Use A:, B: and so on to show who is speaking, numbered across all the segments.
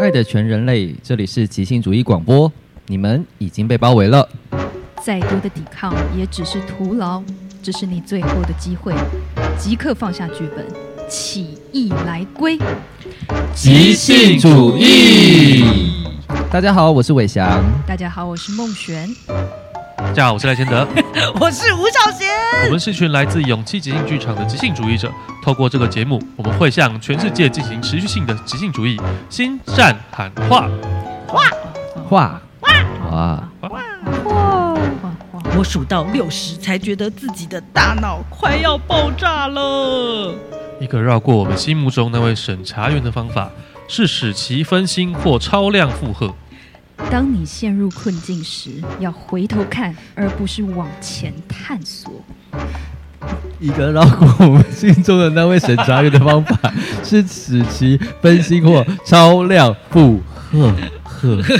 A: 谓的全人类，这里是即兴主义广播，你们已经被包围了。
B: 再多的抵抗也只是徒劳，这是你最后的机会，即刻放下剧本，起义来归。
A: 即兴主义。大家好，我是伟翔。
B: 大家好，我是孟璇。
C: 大家好，我是赖千德，
D: 我是吴小贤。
C: 我们是一群来自勇气即兴剧场的即兴主义者。透过这个节目，我们会向全世界进行持续性的即兴主义新战喊话。
A: 哇哇，
B: 哇哇哇！
D: 我数到六十才觉得自己的大脑快要爆炸了。
C: 一个绕过我们心目中那位审查员的方法，是使其分心或超量负荷。
B: 当你陷入困境时，要回头看，而不是往前探 索。
A: 一个绕过我们心中的那位审查员的方 法是使其分心或超量负荷。呵 呵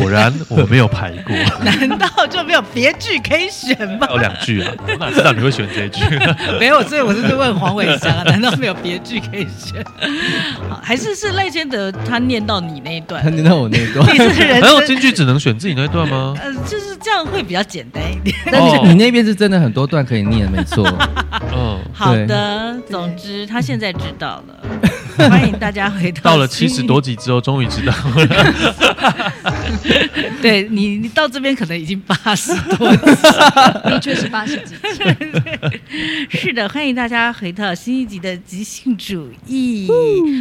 C: 果然我没有排过，
D: 难道就没有别剧可以选吗
C: 还？有两句啊，我哪知道你会选这一句？
D: 没有，所以我是在问黄伟翔啊，难道没有别剧可以 选？好，还是是赖千德他念到你那一段
A: 他，念到我那一段，
D: 你是人
C: 难道
D: 生，
C: 京剧只能选自己那一段 吗？
D: 呃，就是这样会比较简单一点。
A: 但是你那边是真的很多段可以念，没 错。
C: 嗯，
D: 好的，总之他现在知道 了，欢迎大家回到
C: 到了七
D: 心
C: 十多集之后，终于知道了。
D: 对你，你到这边可能已经八十多
B: 的确是八十几集，
D: 是的，欢迎大家回到新一集的即兴主义。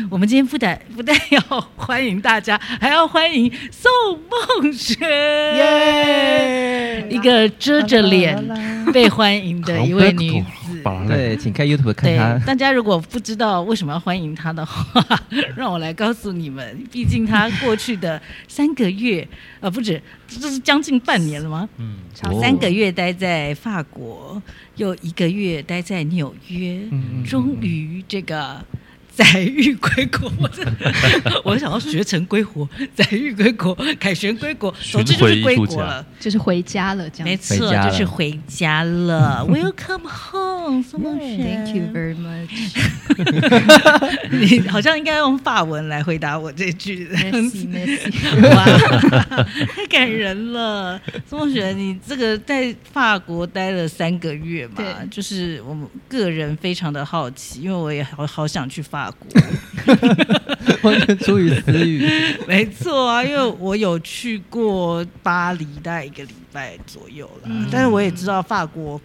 D: 我们今天不但不但要欢迎大家，还要欢迎宋梦璇，一个遮着脸被欢迎的一位女子。
C: 啊
A: 对，请看 YouTube 看
D: 对，
A: 他。
D: 大家如果不知道为什么要欢迎她的话， 让我来告诉你们。毕竟她过去的三个月，呃，不止，这是将近半年了吗？
C: 嗯，
B: 差
A: 哦
D: 三个月待在法国，又一个月待在纽约，
A: 嗯嗯
D: 终于这个载誉归国。我真的 我想要学成归国，载誉归国，凯旋归国，总之就是归国了。
B: 就是回家了这
D: 没
B: 样子。
D: 错
A: 回，家了
D: 就是回家了。Welcome home，宋梦璇
B: Thank you very much.
D: 你好像应该用法文来回答我这句。
B: Merci, merci.
D: 哇， 太感人了！宋梦璇，你这个在法国待了三个月嘛，
B: 对
D: 就是我们个人非常的好奇，因为我也好好想去法 国。
A: 完全出于私欲。
D: 没错啊，因为我有去过巴黎，大概一个礼拜左右啦，
B: 嗯
D: 但是我也知道法国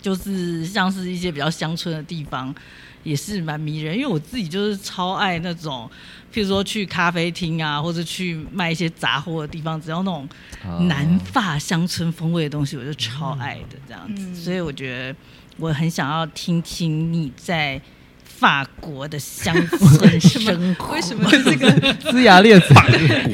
D: 就是像是一些比较乡村的地方。也是蛮迷人，因为我自己就是超爱那种，譬如说去咖啡厅啊，或者去卖一些杂货的地方，只要那种
A: 哦
D: 南法乡村风味的东西，我就超爱的这样子，
B: 嗯
D: 所以我觉得我很想要听听你在法国的乡村生活， 为什么这个
A: 龇牙咧嘴。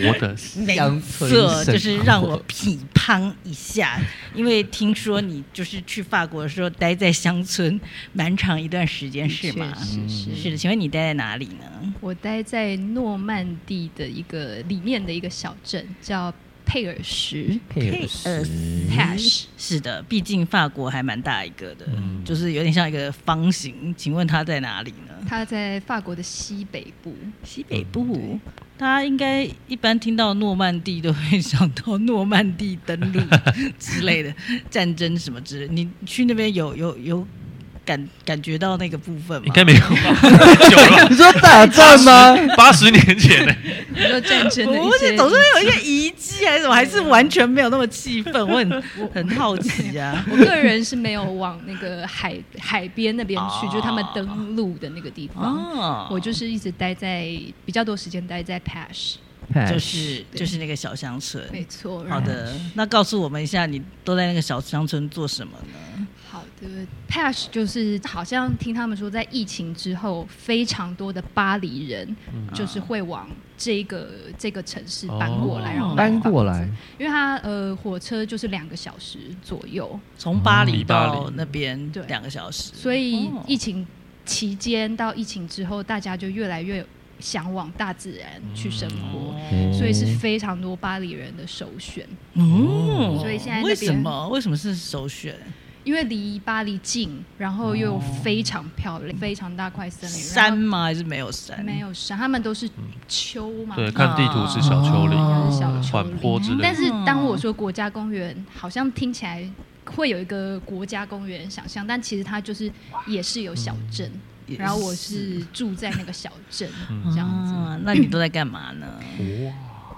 C: 国的
D: 没
A: 乡村
D: 错，
A: 生
D: 就是让
A: 活
D: 我批判一下，因为听说你就是去法国的时候待在乡村蛮长一段时间， 是吗？
B: 是是
D: 是的，请问你待在哪里呢？
B: 我待在诺曼底的一个里面的一个小镇，叫佩尔什
A: 佩尔
D: 尔
A: 斯
B: （Hash）。
D: 是的，毕竟法国还蛮大一个的，
C: 嗯
D: 就是有点像一个方形。请问它在哪里呢？
B: 它在法国的西北部，
D: 西北部，大家应该一般听到诺曼底都会想到诺曼底登陆 之类的战争什么之类的。你去那边有有有感感觉到那个部分吗？
C: 应该没有吧？太 久了，
A: 你说打仗吗？
C: 八十年 前呢、
B: 你说战争的一
D: 不
B: 些
D: 是，总是会有一些遗迹还是什么，还是完全没有那么气愤。我 很很好奇啊。
B: 我个人是没有往那个海海边那边去，
D: 哦
B: 就是他们登陆的那个地方。
D: 哦
B: 我就是一直待在比较多时间待在 Pash，
D: 哎就是就是那个小乡村。
B: 没错。
D: 好的，
B: 嗯
D: 那告诉我们一下，你都在那个小乡村做什么呢？
B: 好的，Pash 就是好像听他们说，在疫情之后，非常多的巴黎人就是会往这个这个城市搬过来，
C: 哦
B: 然后买
A: 哎搬过
B: 房
A: 来
B: 子，因为它呃火车就是两个小时左右，
D: 从巴黎
C: 离嗯巴黎
D: 到那边
B: 对
D: 两个小时，
B: 所以
D: 哦
B: 疫情期间到疫情之后，大家就越来越向往大自然去生活。
A: 嗯
D: 哦
B: 所以是非常多巴黎人的首选，
D: 嗯
C: 哦
B: 所以现在那边
D: 为什么为什么是首选？
B: 因为离巴黎近，然后又非常漂亮，非常大块森林，
D: 山吗？还是没有山？
B: 然后没有山，他们都是丘嘛，
C: 对，看地图是小丘陵、
B: 好像是小丘
C: 缓
B: 陵。
C: 坡之类
B: 但
C: 的。
B: 是当我说国家公园，好像听起来会有一个国家公园想象，但其实它就是也是有小镇，
D: 也
B: 然后我是住在那个小镇
C: 嗯
B: 这样子，
D: 啊那你都在干嘛呢？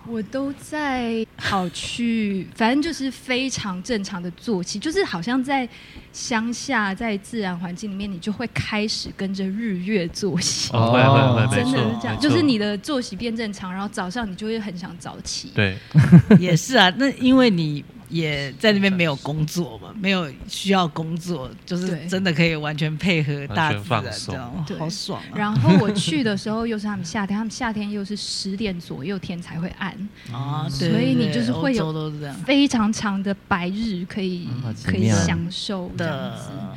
B: 我都在跑去，反正就是非常正常的作息，就是好像在乡下，在自然环境里面，你就会开始跟着日月作息。
C: 哦，会会会，
B: 真
C: 没
B: 的
C: 错
B: 是这，样，
C: 没
B: 就是
C: 错
B: 你的作息变正常，然后早上你就会很想早起。
C: 对，
D: 也是啊，那因为你也在那边没有工作嘛，没有需要工作，就是
B: 对
D: 真的可以完全配合大自
C: 完全
D: 然，
C: 放
D: 这
C: 松
D: 样
B: 对
D: 好爽啊！
B: 然后我去的时候又是他们夏天，他们夏天又是十点左右天才会暗，
D: 啊，
B: 所以你就是会有
D: 欧洲都是这样
B: 非常长的白日可以、
A: 嗯好奇
B: 可以
A: 妙
B: 享受这样子。
D: 的。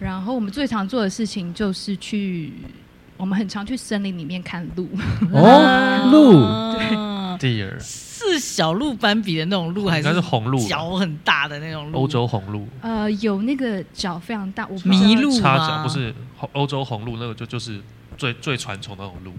B: 然后我们最常做的事情就是去，我们很常去森林里面看 鹿，
A: 哦，鹿
D: 对，
C: deer
D: 是小鹿斑比的那种鹿，还
C: 应该是红鹿吧，
D: 脚很大的那种鹿？
C: 欧洲红鹿，
B: 呃，有那个脚非常大，我不知道
D: 麋鹿
C: 插
D: 吗？
C: 脚不是红欧洲红鹿，那个就就是最最传统的红鹿。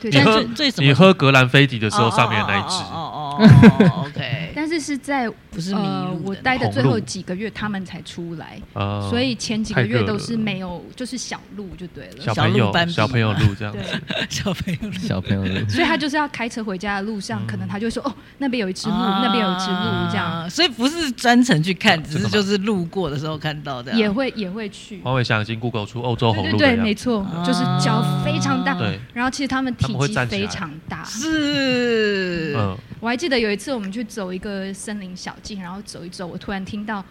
B: 对，
C: 你
B: 但
C: 喝
B: 是
D: 最最什么
C: 你喝格兰菲迪的
D: 的
C: 时候，上面的那一只，
D: 哦哦哦哦哦，OK，
B: 但是是在
D: 不是麋
B: 呃
D: 鹿的那种，
B: 我待的最
C: 红
B: 后
C: 鹿
B: 几个月他们才出来，
C: 呃
B: 所以前几个
C: 太
B: 月
C: 热了
B: 都是没有，就是小鹿就对了。
C: 小朋
D: 小鹿斑
C: 友
D: 比
C: 小朋友鹿这样
B: 对，
C: 子，
D: 小朋友鹿
A: 小朋友的鹿，
B: 所以他就是要开车回家的路上，
C: 嗯
B: 可能他就会说哦，那边有一只鹿，那边有一只鹿这样。
D: 啊所以不是专程去看，只
C: 这
D: 是
C: 个吗
D: 就是路过的时候看到的。
B: 也会也会去。
C: 黄伟翔已经 Google 出欧
B: 对
C: 洲哦红
B: 对
C: 鹿的
B: 对，
C: 样
B: 没
C: 子，
B: 错
D: 啊，
B: 就是脚非常大
C: 对，
B: 然后其实他们
C: 他
B: 体
C: 们会
B: 积
C: 站起来
B: 非常大。
D: 是，
C: 嗯，
B: 我还记得有一次我们去走一个森林小径，然后走一走，我突然听到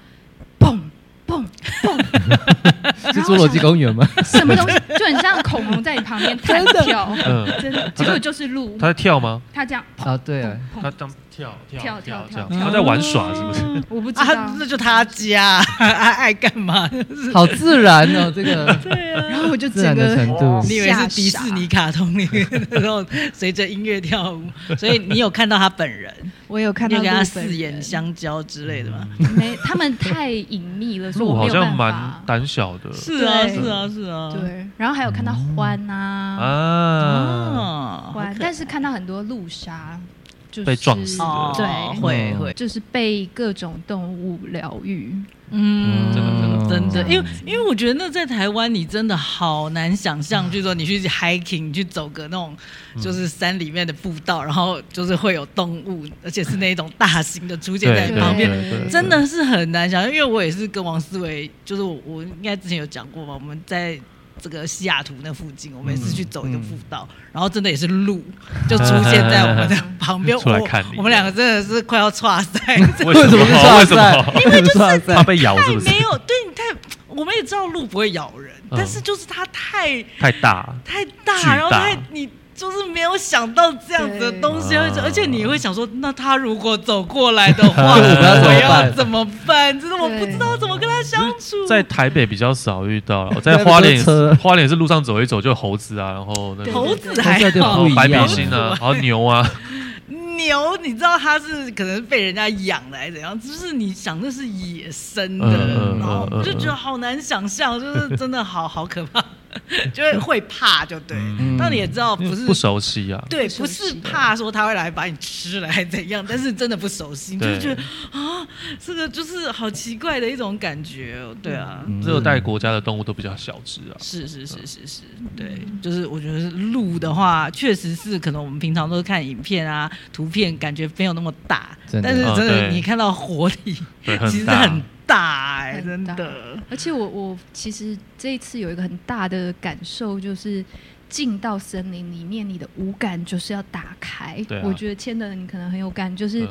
B: 嘣嘣
A: 是侏罗纪公园吗？
B: 什 么东西，就很像恐龙在你旁边弹跳，
C: 嗯，
B: 真的，结果就是鹿
C: 他，在跳吗？
B: 它这样
A: 啊，对啊，
C: 他这样跳
B: 跳
C: 跳
B: 跳
C: 这样，
B: 跳嗯
C: 他在玩耍是不是？
B: 我不知道
D: 啊，，那就他家，爱爱干嘛？
A: 好自然哦，这个
B: 然后我就
A: 自
B: 整
A: 然的程
B: 个
A: 度。
D: 你以为是迪士尼卡通里面那种随着音乐跳舞？所以你有看到他本人，
B: 我有看
D: 你
B: 到
D: 有跟他
B: 鹿本
D: 四眼
B: 人，
D: 相交之类的吗？
A: 嗯
B: 没，他们太隐秘了，所以
C: 鹿
B: 我
C: 好
B: 没有
C: 像
B: 办
C: 蛮
B: 法。
C: 胆小的
D: 是啊，
B: 对
D: 是啊，是啊，
B: 哎对，然后还有看到獾
C: 嗯
B: 啊，
C: 啊，
D: 啊，好
B: 獾，
D: 可
B: 但是看到很多鹿杀，就是
C: 被撞死
D: 哦，
B: 对
D: 会
A: 嗯
D: 会，
B: 就是被各种动物疗愈。
D: 嗯，
A: 真的嗯真
D: 真
A: 的
D: 的，因为因为我觉得那在台湾你真的好难想
A: 嗯
D: 象，就是说你去 hiking 你去走个那种就是山里面的步道，然后就是会有动物，而且是那种大型的出现
C: 对
D: 在你
C: 对
D: 旁边，
C: 对对，
D: 真的是很难想象。因为我也是跟王思维，就是我我应该之前有讲过吧，我们在。这个西雅图那附近，我们也是去走一个步道，
C: 嗯
D: 然后真的也是鹿 就出现在我们的旁边，
C: 出来看你
D: 我我们两个真的是快要 岔赛，
A: 为
C: 为
A: 什么是
C: 为
A: 大
C: 什
A: 赛？
C: 么
A: 为什么是大
C: 怕
A: 赛？
C: 被咬是
D: 太
C: 不 是？
D: 没有，对你太，我们也知道鹿不会咬人，
C: 嗯
D: 但是就是它太
C: 太大，
D: 太
C: 巨大
D: 大，然后太你就是没有想到这样子的东西，
C: 对
D: 而且而且你会想说，那他如果走过来的 话，
A: 对我要怎么
D: 我要
A: 办
D: 怎么办？真的我
B: 对
D: 不知道怎么跟他相处。
C: 在台北比较少遇到，我在
A: 那个
C: 花莲也
A: 车
C: 是，花莲是路上走一走就有猴子啊，然后那
B: 对
C: 个
D: 猴子还
A: 猴子有点
D: 好
A: 不一，样
C: 白鼻星啊，还有牛啊，
D: 牛你知道它是可能被人家养的还是怎样？就是你想那是野生的，
C: 嗯嗯嗯
D: 然后我就
C: 嗯嗯
D: 觉得好难想象，就是真的好好可怕， 就是会怕就对。
C: 嗯
D: 但你也知道不是
C: 不熟悉啊，
D: 对，
B: 不熟
D: 不是
B: 悉
D: 怕说他会来把你吃了还怎样，但是真的不熟悉，你就
C: 对
D: 是觉得啊，这个就是好奇怪的一种感觉哦。对啊，
A: 嗯
C: 热带国家的动物都比较小只啊，
D: 是是是是是，对，就是我觉得是鹿的话，确实是可能我们平常都是看影片啊、图片，感觉没有那么大，
A: 真的
D: 但是
C: 哦
D: 真的
C: 对
D: 你看到活体，
C: 对，
D: 其
C: 很
D: 实
C: 大，
D: 很大哎，真
B: 很大
D: 的。
B: 而且我我其实这一次有一个很大的感受，就是进到森林里面，你的五感就是要打开。
C: 对啊
B: 我觉得千德你可能很有感，就是、
C: 嗯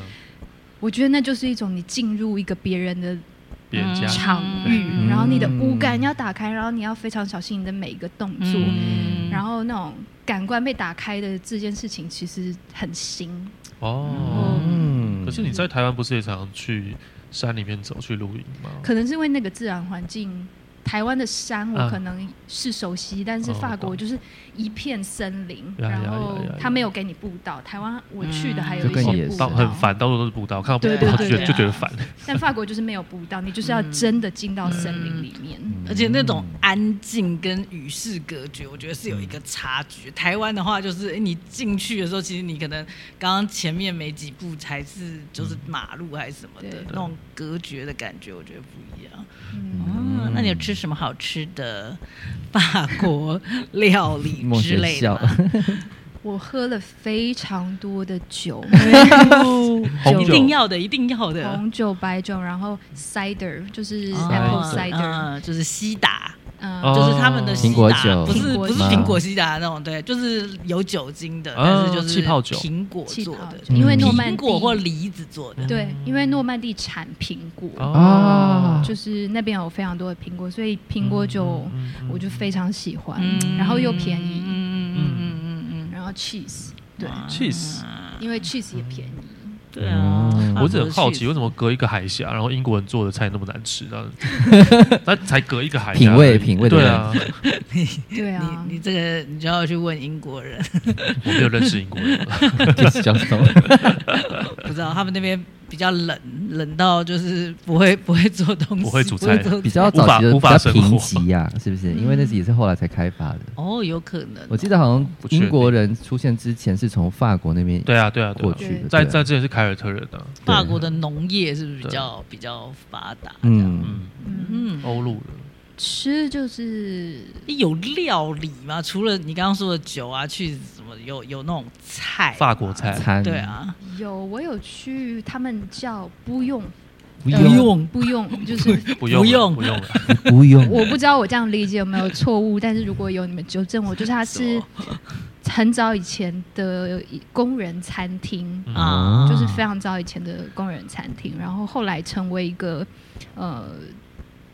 B: 我觉得那就是一种你进入一个别人的
C: 别人家
D: 嗯
B: 场域，
A: 嗯
B: 然后你的五感要打开，然后你要非常小心你的每一个动作，
A: 嗯
B: 然后那种感官被打开的这件事情其实很新。
C: 哦。
A: 嗯
C: 可是你在台湾不是也常常去山里面走去露营吗？
B: 可能是因为那个自然环境台湾的山
C: 啊
B: 我可能是熟悉，但是
C: 哦
B: 法国
C: 懂
B: 就是一片森林，
C: 呀呀
B: 然后
C: 呀呀呀
B: 他没有给你步道。台湾我去的还有
A: 就
B: 一
A: 嗯更
B: 些
A: 野
B: 步
C: 到
B: 道，
A: 生
C: 很烦，到处都是步道，看到步
B: 啊对
C: 道
B: 对
C: 就觉
B: 对
C: 得就觉得烦。
B: 但法国就是没有步道，你就是
A: 嗯
B: 要真的进到森林里面。
D: 而且那种安静跟与世隔绝，我觉得是有一个差距。台湾的话，就是诶你进去的时候，其实你可能刚刚前面没几步才是
A: 嗯
D: 就是马路还是什么的，
B: 对
D: 那种隔绝的感觉，我觉得不一样。
B: 嗯
D: 哦，那你有吃什么好吃的法国料 理
A: 莫
D: 之
A: 学
D: 类的
A: 校
D: 吗？
B: 我喝了非常多的酒，
C: 红
D: 一
C: 酒
D: 定要的，一定要的。
B: 红酒、白酒，然后 cider 就是
D: 哦
B: apple
A: Cider
B: cider，
D: 嗯，就是西打，
B: 嗯，
C: 啊哦
D: 就是他们的西
A: 苹果
D: 打
A: 酒
D: 不是
B: 苹果
D: 不
B: 酒
D: 是苹果西打那种，对，就是有酒精的，但是就是
C: 哦气泡酒
D: 苹果
B: 气
D: 做
B: 泡
D: 的，
B: 酒因为
A: 嗯
B: 诺曼
D: 苹
B: 底
D: 果或梨子做的。
B: 对，因为诺曼底产苹果，
C: 哦
A: 啊，
B: 就是那边有非常多的苹果，所以苹果酒
C: 嗯
B: 我就非常喜欢，
D: 嗯
B: 然后又便宜，
D: 嗯嗯嗯嗯嗯，
B: 然后 cheese 对，
C: cheese。
B: 因为 cheese 也便宜，
D: 对啊
A: 嗯，
D: 法
C: 哦我只
D: 国
C: 很好
D: 是
C: 奇，为什么隔一个海峡，然后英国人做的菜那么难吃？那那才隔一个海峡而已，
A: 品味品味的
C: 对啊，
B: 对啊
D: 你，你这个你就要去问英国人，
C: 我没有认识英国人，
A: 不是叫什么？
D: 不知道他们那边比较冷，冷到就是不会不会做东西，
C: 不会煮
D: 不
C: 菜
D: 做
A: 比较
C: 无
A: 早
C: 法
A: 期的
C: 无
A: 比
C: 法
A: 较
C: 生
A: 贫
C: 活
A: 瘠呀，是不是？因为那是也是后来才开发的。
D: 哦，有可能哦。
A: 我记得好像
C: 不确定
A: 英国人出现之前是从法国那边
C: 对啊，对啊，对
A: 过
C: 啊。
A: 去的，
C: 在
A: 对啊
C: 在这里是凯尔特人啊，
D: 法
A: 对
D: 国的农业是不是比
C: 对
D: 较比较发达？嗯
A: 嗯，
C: 嗯，
B: 嗯，
D: 嗯，
C: 欧陆人，
B: 吃就是
D: 有料理吗？除了你刚刚说的酒啊，去什么有有那种菜吗？
C: 法国菜
A: 餐
D: 对，啊，
B: 有我有去，他们叫不用
A: 不
B: 呃
D: 不
A: 用
D: 用
B: 不用，就是
C: 不用了
D: 不用
C: 不用了，
A: 不用，
B: 我不知道我这样理解有没有错误，但是如果有你们纠正我，就是它是
C: 哦
B: 很早以前的工人餐厅，
C: 嗯
D: 啊，
B: 就是非常早以前的工人餐厅，然后后来成为一个呃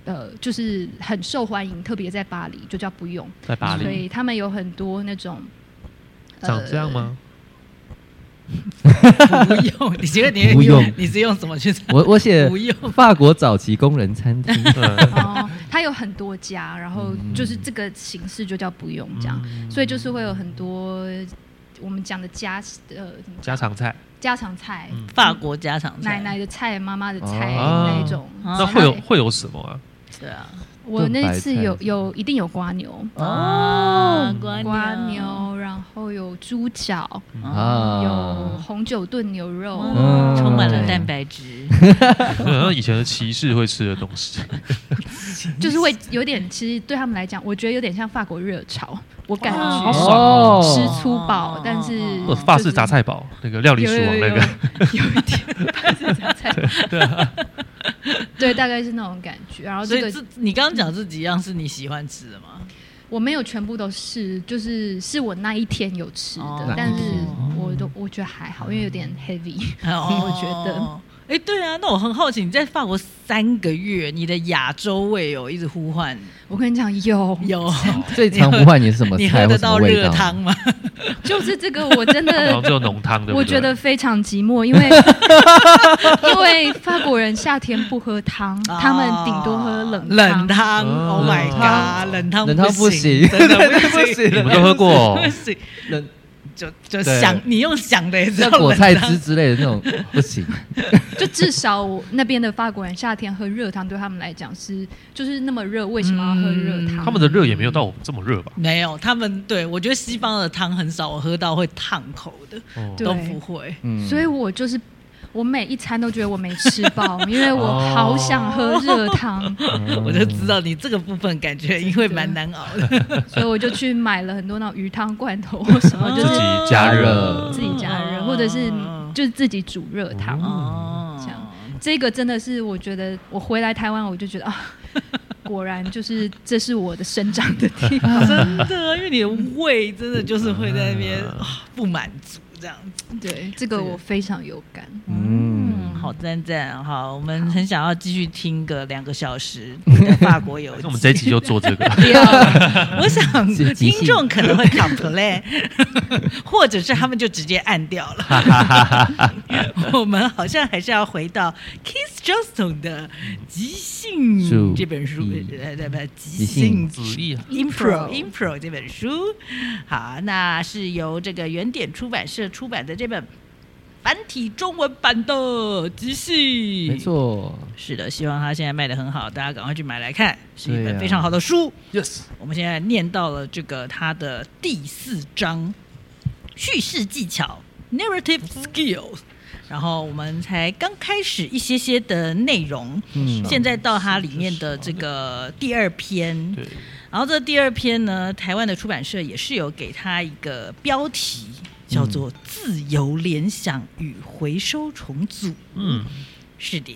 B: 呃，就是很受欢迎，特别在巴黎就叫不用，
C: 在巴
B: 所
C: 黎
B: 以他们有很多那 种。
C: 长这样？吗？
D: 不用。你觉得你
A: 不用
D: 你是用什么去猜？
A: 我我写
D: 不用
A: 法国早期工人餐厅，
C: 对，
B: 哦，它有很多家，然后就是这个形式就叫不用这样，
C: 嗯
B: 所以就是会有很多我们讲的家呃怎么讲
C: 家常菜，
B: 家常菜，
C: 嗯
D: 法国家常菜
B: 奶奶的菜、妈妈的菜、
A: 哦
B: 哎那一种。
D: 啊
C: 那会有会有什么啊？
D: 对啊
B: 我那次有
A: 炖白菜
B: 有一定有瓜牛，
D: 哦，
B: 啊瓜牛，然后有猪脚，
A: 啊
B: 有红酒炖牛肉，
A: 嗯
D: 充满了
A: 对
D: 蛋白质，
C: 好像以前的骑士会吃的东西，
B: 就是会有点，其实对他们来讲，我觉得有点像法国热潮，我感
D: 哇
B: 觉
D: 好
C: 爽哦
B: 吃粗饱
D: 哦，
B: 但是
D: 哦
C: 法式杂菜堡那个料理
B: 有
C: 鼠
B: 有有
C: 王那
B: 有
C: 个，
B: 有一点法式杂菜，
C: 对啊，
B: 对，大概是那种感觉。然后
D: 所
B: 这
D: 以
B: 个
D: 这你刚刚讲这几样是你喜欢吃的吗？
B: 我没有全部都试，就是是我那一天有吃
D: 哦
B: 的
A: 那，一
B: 但是
A: 天
B: 我都我觉得还好，因为有点 heavy。
D: 我
B: 觉得。
D: 哦哎、对啊，那我很好奇，你在法国三个月，你的亚洲味有一直呼唤，
B: 我跟你讲，有
D: 有，
A: 最常呼唤你是什么
D: 你
A: 菜或
D: 喝得
A: 什么
D: 到
A: 味
D: 热
A: 道？
D: 汤吗？
B: 就是这个，我真
C: 然后
B: 的
C: 只有浓汤的，
B: 我觉得非常寂寞，因为因为法国人夏天不喝汤， 他们顶多喝冷
D: 啊冷
B: 汤。
D: 汤
C: 嗯
D: ，Oh my
A: 冷汤
D: god，冷汤
A: 啊冷汤不行，
D: 行，真的不行，
A: 行
C: 你们都喝过哦
D: 不行，
A: 冷
D: 就就
A: 对
D: 想你用想的也知道
A: 像果
D: 冷
A: 菜
D: 汤
A: 汁之类的那种 不行，
B: 就至少我那边的法国人夏天喝热汤，对他们来讲是就是那么热，为什么要喝热汤？
C: 嗯他们的热也没有到我们这么热吧？
D: 没有，他们对我觉得西方的汤很少，我喝到会烫口的，
C: 哦
B: 对
D: 都不会。
A: 嗯，
B: 所以我就是我每一餐都觉得我没吃饱，因为我好想喝热汤，
A: 嗯
D: 我就知道你这个部分感觉因为蛮难熬的，
B: 所以我就去买了很多那种鱼汤罐头或 什么，就
C: 自
B: 是嗯
C: 己加热，
B: 自己加
A: 哦
B: 热，或者是
D: 嗯
B: 就是自己煮热汤。
D: 哦
B: 这 样这个真的是我觉得我回来台湾我就觉得啊， 果然就是这是我的生长的地方。
D: 真的，啊因为你的胃真的就是会
C: 嗯
D: 在那边、啊不满足这样子。
B: 对，这个我非常有感。
A: 嗯，
D: 好赞赞，好，我们很想要继续听个两个 小时的法国游记。
C: 那我们这一集就做这个。
D: 不要， 我想
A: 是即
D: 听
A: 兴
D: 众可能会 complain，或者是他们就直接按掉了。我们好像还是要回到 Keith Johnston 的《即兴
A: 主》
D: 这本书
A: 义，
D: 呃，对不，即
A: 即兴
D: 兴
C: 子毅啊，
D: Impro
B: Impro
D: Impro 这本书，好，那是由这个原点出版社出版的这本繁体中文版的《即兴》，
A: 没，错，
D: 是的，希望它现在卖的很好，大家赶快去买来看，是一
A: 对
D: 本
A: 啊
D: 非常好的书。
C: Yes，
D: 我们现在念到了这个它的第四章，叙事技巧 （narrative skills），然后我们才刚开始一些些的内容，
A: 嗯，
D: 现在到它里面的这个第二篇，
C: 对，
D: 然后这第二篇呢，台湾的出版社也是有给它一个标题，叫做“自由联想与回收重组”。
C: 嗯，
D: 是的，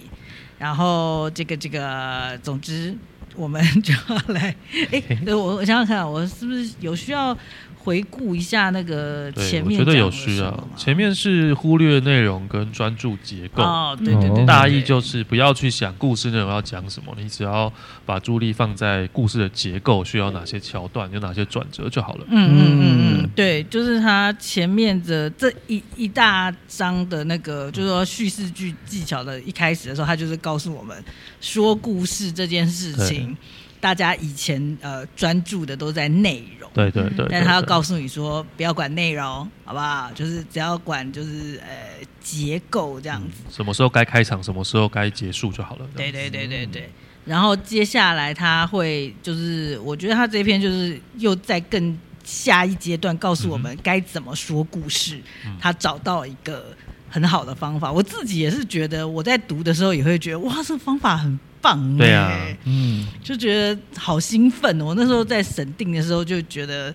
D: 然后这个这个，总之我们 就要来，哎，对我我想想看，我是不是有需要回顾一下那个
C: 对，
D: 前
C: 我
D: 面
C: 觉得
D: 讲
C: 有
D: 了
C: 需
D: 什
C: 要
D: 么。吗
C: 前面是忽略内容跟专注结构，
D: 哦，对对对
A: 哦
C: 大意
D: 对
C: 就是不要去想故事内容要讲什么，你只要把注意力放在故事的结构，需要哪些桥段，
D: 嗯
C: 有哪些转折就好了。
D: 嗯嗯嗯
A: 嗯
D: 嗯，对，就是他前面的这一一大章的那个，就是说叙事剧技巧的一开始的时候，他就是告诉我们说故事这件事情，大家以前呃专注的都在内容。
C: 对对对，
D: 嗯但他要
C: 诉
D: 告诉你说，不要管内容，好不好？就是只要管就是呃结构这样子。
C: 什么时候该开场，什么时候该结束就好了。嗯这
D: 对
C: 样
D: 对对对对。然后接下来他会就是，我觉得他这一篇就是又在更下一阶段告诉我
C: 嗯
D: 们该怎么说故事，他找到一个很好的方法。我自己也是觉得，我在读的时候也会觉得，哇，这方法很棒、欸，
C: 对啊
A: 嗯，
D: 就觉得好兴奋、哦。我那时候在审定的时候就觉得，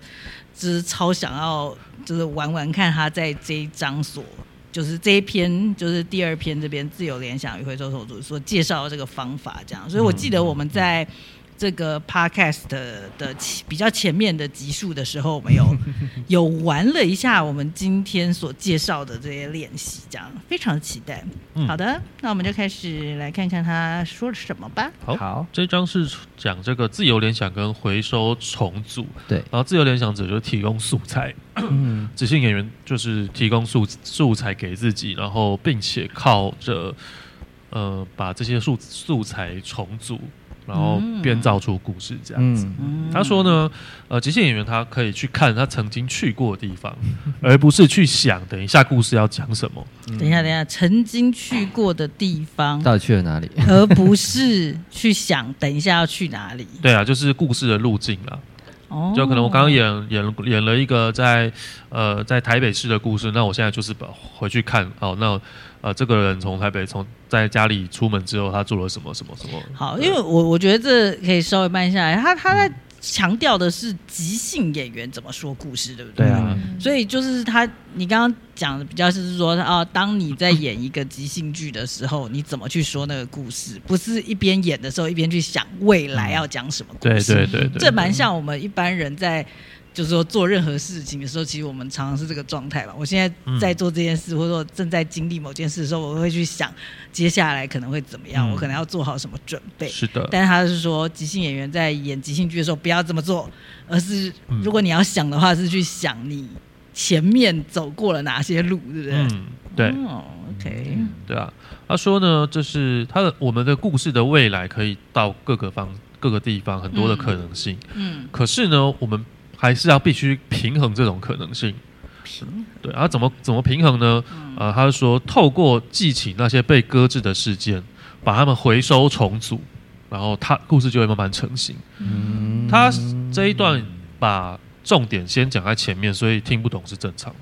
D: 就是超想要，就是玩玩看他在这一章所，就是这一篇，就是第二篇这边自由联想与回收手足所介绍的这个方法，这样。所以我记得我们在这个 podcast 的的前比较前面的集数的时候，我们有有玩了一下我们今天所介绍的这些练习，这样非常期待。
C: 嗯
D: 好的，那我们就开始来看看他说了什么吧。
C: 好
A: 好，
C: 这张是讲这个自由联想跟回收重组，
A: 对，
C: 然后自由联想者就提供素材，
A: 嗯，
C: 即兴演员就是提供素素材给自己，然后并且靠着呃把这些素素材重组，然后
D: 嗯
C: 编造出故事这样子。
A: 嗯，
D: 嗯
C: 他说呢，呃，即兴演员他可以去看他曾经去过的地 方，而不是去想等一下故事要讲什么。
D: 等一下，等一下，曾经去过的地方，
A: 到底去了哪里？
D: 而不是去想等一下要去哪里。
C: 对啊，就是故事的路径啊啦。
D: 哦
C: 就可能我刚刚演演演了一个在呃在台北市的故事，那我现在就是把回去看哦，那呃这个人从台北从在家里出门之后，他做了什么什么什么？
D: 好，因为我我觉得这可以稍微慢下来。他他在强调的是即兴演员怎么说故事，对不对？
A: 对啊
D: 所以就是他，你刚刚讲的比较是说啊，当你在演一个即兴剧的时候，你怎么去说那个故事？不是一边演的时候一边去想未
C: 嗯
D: 来要讲什么故
C: 对
D: 事。
C: 对对对，
D: 这蛮像我们一般人在就是说做任何事情的时候，其实我们常常是这个状
C: 嗯
D: 态吧。我现在在做这件事，或者说正在经历某件事的时候，我会去想接下来可能会怎么样，
C: 嗯
D: 我可能要做好什么准备。
C: 是的，
D: 但是他是说，即兴演员在演即兴剧的时候不要这么做，而是
C: 嗯
D: 如果你要想的话，是去想你前面走过了哪些路，对不对？
C: 嗯，对
D: 哦，OK，
C: 对啊。他说呢，就是他的我们的故事的未来可以到各个方各个地方很多的可能性，
D: 嗯，
C: 可是呢，我们还是要必须平衡这种可能性。
D: 平
C: 对啊，怎么怎么平衡呢？呃，他说透过记起那些被搁置的事件，把它们回收重组，然后他故事就会慢慢成型。
A: 嗯
C: 他这一段把重点先讲在前面，所以听不懂是正常。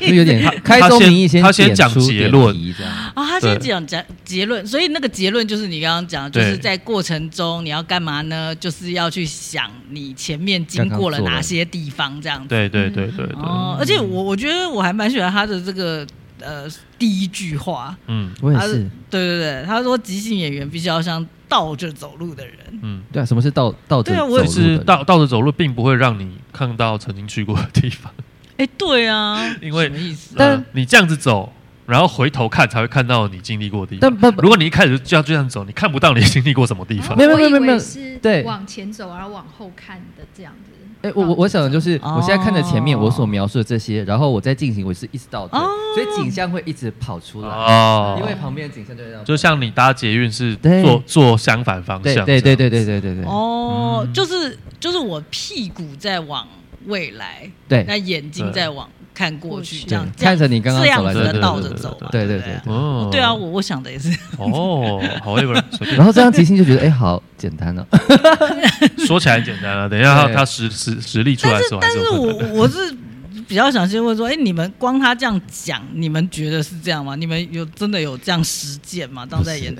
A: 就有点开宗明义，
C: 他先
A: 点
C: 讲
A: 出
C: 结
A: 点
C: 论
A: 题这样，
D: 啊、他先
C: 对
D: 讲讲结论，所以那个结论就是你刚刚讲的，就
C: 对
D: 是在过程中你要干嘛呢？就是要去想你前面经过了
A: 刚刚做了
D: 哪些地方这样子。
C: 对对对对对，
D: 哦，而且我我觉得我还蛮喜欢他的这个呃第一句话，
C: 嗯
A: 我也
D: 他
A: 是，
D: 对对对，他说即兴演员必须要像倒着走路的人。
C: 嗯，
A: 对啊，什么是倒倒着
D: 对啊
A: 走
D: 我
A: 路
C: 就
A: 的？
C: 是倒倒着走路，并不会让你看到曾经去过的地方，
D: 哎，对啊，
C: 因为
D: 什么意思？
A: 但
C: 呃你这样子走，然后回头看才会看到你经历过的地
A: 但
C: 方。
A: 不不
C: 如果你一开始就这样这样走，你看不到你经历过什么地方
A: 没。有没有没有
B: 嗯我以为
A: 没有
B: 是
A: 对
B: 往前走，然后往后看的这样子。
A: 哎，我我我想的就是，
D: 哦
A: 我现在看着前面我所描述的这些，然后我在进行，我是一直倒退
D: 哦，
A: 所以景象会一直跑出来，因为
C: 哦，
A: 旁边的景象就会让
C: 就像你搭捷运是
A: 对
C: 坐坐相反方
A: 对
C: 向，
A: 对对
C: 这样
A: 对对对对对嗯
D: 哦，就是就是我屁股在往未来，那
A: 对
D: 眼睛在往看过去，
B: 对
D: 这样
A: 对看着你刚刚
D: 这样
A: 走来
D: 子
A: 的
D: 的
A: 路
D: 倒着走嘛，
A: 对对
D: 对
A: 对对
D: 不
A: 对
C: 哦
D: 对啊，我我想的也是，
C: 哦，好 e v e 随
A: 然后这样即兴就觉得哎，好简单哦，
C: 便 说起来很简单了，啊等一下他
A: 对
C: 他实实实力出来
D: 但
C: 的
D: 是
C: 时候还
D: 但
C: 是有
D: 是
C: 困
D: 我
C: 难的
D: 我是比较想先问说，哎，你们光他这样讲，你们觉得是这样吗？你们有真的有这样实践吗？当在演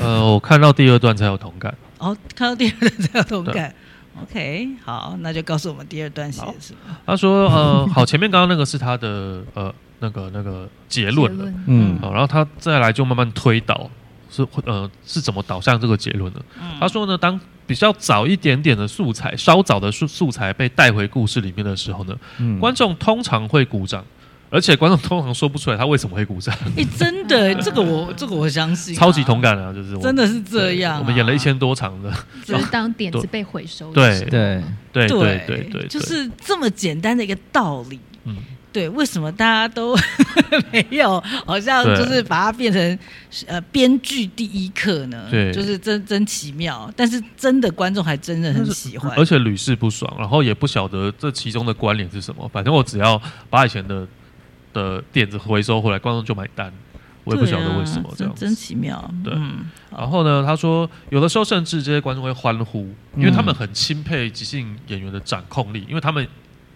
C: 呃，我看到第二段才有同感。
D: 哦，看到第二段才有同感。OK，好，那就告诉我们第二段写的是什么
C: 他说呃，好，前面刚刚那个是他的呃那个那个结论了，
A: 嗯
C: 好，然后他再来就慢慢推导，是呃是怎么导向这个结论的？
D: 嗯
C: 他说呢，当比较早一点点的素材，稍早的素素材被带回故事里面的时候呢，
A: 嗯
C: 观众通常会鼓掌，而且观众通常说不出来他为什么会鼓掌，
D: 哎、真的、 这个我这个我相信啊、
C: 超级同感啊，就是我
D: 真的是这样啊、
C: 我们演了一千多场的，
B: 就是当点子被回收的时
C: 对
B: 候，
A: 对，
C: 对
D: 对
C: 对对对，
D: 就是这么简单的一个道理。
C: 嗯，
D: 对，为什么大家都 没有好像就是把它变成呃编剧第一课呢？
C: 对
D: 就是真真奇妙，但是真的观众还真的很喜欢
C: 而。且屡试不爽，然后也不晓得这其中的关联是什么。反正我只要把以前的的点子回收回来，观众就买单，我也不晓得为什么
D: 对啊
C: 这样子
D: 真真。奇妙。
C: 对
D: 嗯，
C: 然后呢，他说有的时候甚至这些观众会欢呼，
A: 嗯
C: 因为他们很钦佩即兴演员的掌控力，因为他们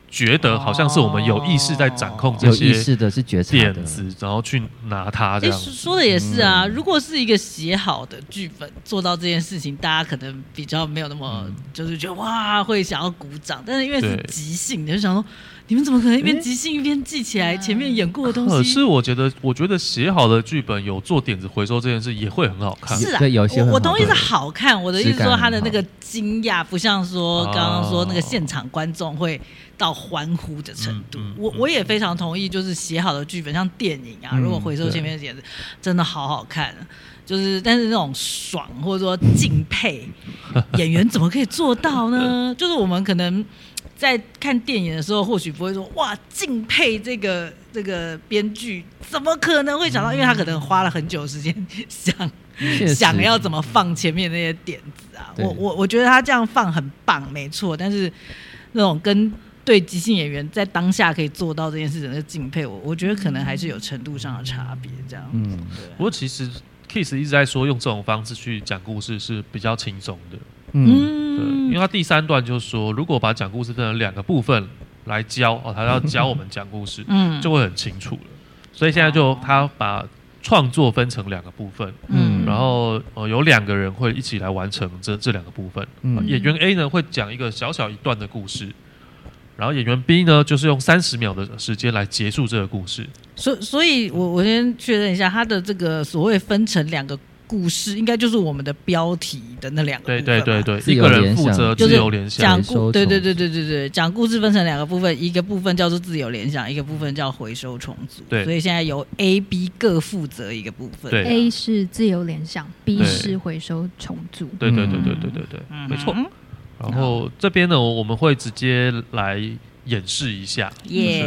C: 觉得好像是我们有意识在掌控这
A: 有意
C: 些
A: 识的是觉察的
C: 点，子，然后去拿它这
D: 哎，
C: 样嗯
D: 说
C: 子。
D: 说的也是啊，如果是一个写好的剧本做到这件事情，大家可能比较没有那么、就是觉得哇会想要鼓掌，但是因为是
C: 嗯对
D: 即兴，你就想说你们怎么可能一边即兴一边记起来
B: 嗯
D: 前面演过的
C: 可
D: 东西？
C: 是我觉得，我觉得写好的剧本有做点子回收这件事也会很好看。
D: 是啊，
A: 对有些很
D: 我我
A: 好
D: 同意是
A: 看
D: 好看，我的意
A: 质
D: 思
A: 感
D: 说他的
A: 很
D: 那
A: 好
D: 个惊讶不像说刚刚说那个
C: 哦
D: 现场观众会到欢呼的程度。
C: 嗯嗯
D: 我
C: 嗯
D: 我也非常同意，就是写好的剧本，像电影啊，
A: 嗯
D: 如果回收前面的点子，真的好好看。就是但是那种爽或者说敬佩演员怎么可以做 到呢？就是我们可能。在看电影的时候，或许不会说哇敬佩这个这个编剧，怎么可能会想到？因为他可能花了很久的时间 想
A: 确实
D: 想要怎么放前面那些点子啊。
A: 对
D: 我我我觉得他这样放很棒，没错。但是那种跟对即兴演员在当下可以做到这件事情的敬佩，我我觉得可能还是有程度上的差别。这样，
A: 嗯
C: 不过其实 Kiss 一直在说用这种方式去讲故事是比较轻松的，
A: 嗯
C: 对，因
D: 嗯，
C: 为他第三段就说，如果把讲故事分成两个部分来教哦，他要教我们讲故事
D: 嗯
C: 就会很清楚了。所以现在就
D: 哦
C: 他把创作分成两个部分，
A: 嗯
C: 然后呃有两个人会一起来完成这这两个部分。
A: 嗯
C: 演员 A 呢会讲一个小小一段的故事，然后演员 B 呢就是用三十秒的时间来结束这个故事。
D: 所所以我，我先确认一下，他的这个所谓分成两个故事，应该就是我们的标题的那两个
C: 对
D: 部
C: 对
D: 分吧
C: 对对，
A: 自
C: 一
A: 由
C: 个人
A: 联
C: 负
A: 想
C: 责
D: 就
C: 自
D: 是
C: 由联想，
D: 讲
A: 回收
D: 故，对对
A: 重
D: 对对对对，讲故事分成两个部分，一个部分叫做自由联想，一个部分叫回收重组。
C: 对
D: 所以现在由 A、B 各负责一个部分。
C: 对
B: A 是自由联想，B
C: 对
B: 是回收重组。
C: 对对
A: 嗯
C: 对对对对对，
D: 嗯哼
C: 没错。然后这边呢，我们会直接来演示一下，
D: 耶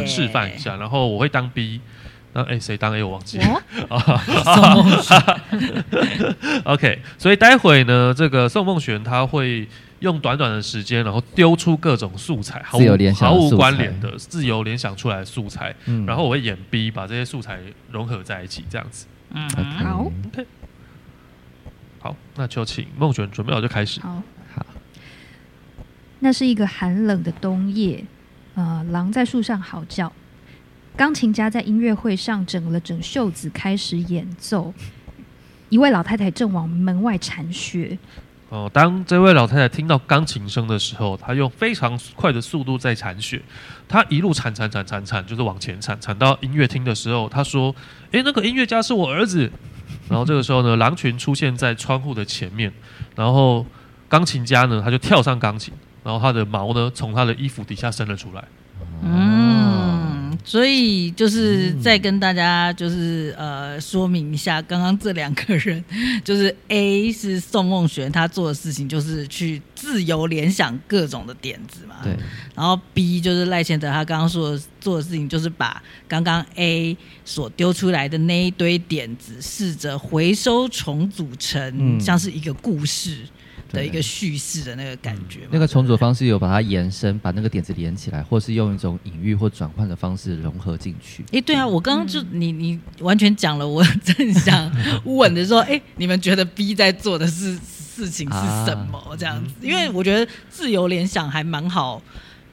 C: 就是示范一下。然后我会当 B，那哎谁当 A 我忘记了。
B: 我
C: OK，所以待会呢，这个宋梦璇他会用短短的时间，然后丢出各种素材，毫
A: 自由
C: 无
A: 联想
C: 毫
A: 的
C: 无
A: 素
C: 关
A: 材
C: 联的自由联想出来的素材，
A: 嗯
C: 然后我会演 B，把这些素材融合在一起，这样子。
D: 嗯哼，
A: OK
B: 好
C: 好，那就请梦璇准备好就开始。
B: 好
A: 好，
B: 那是一个寒冷的冬夜，呃，狼在树上嚎叫，钢琴家在音乐会上整了整袖子开始演奏。一位老太太正往门外铲雪，
C: 哦、当这位老太太听到钢琴声的时候，她用非常快的速度在铲雪，她一路铲铲铲铲铲，就是往前铲，铲到音乐厅的时候，她说：“诶，那个音乐家是我儿子。”然后这个时候呢，狼群出现在窗户的前面，然后钢琴家呢，他就跳上钢琴，然后他的毛呢从他的衣服底下伸了出来。
D: 嗯，所以就是
C: 嗯
D: 再跟大家就是呃说明一下，刚刚这两个人，就是 A 是宋梦璇，他做的事情就是去自由联想各种的点子嘛，
A: 哦对，
D: 然后 B 就是赖贤德，他刚刚说的做的事情就是把刚刚 A 所丢出来的那一堆点子，试着回收重组成、
A: 嗯
D: 像是一个故事的
A: 对
D: 一个叙事的那个感觉嘛。
A: 那个重组的方式有把它延伸，把那个点子连起来，或是用一种隐喻或转换的方式融合进去。
D: 哎，对啊，我刚刚就、你你完全讲了，我正想问的说， 哎，你们觉得 B 在做的事事情是什么、这样
A: 啊
D: 子？因为我觉得自由联想还蛮好。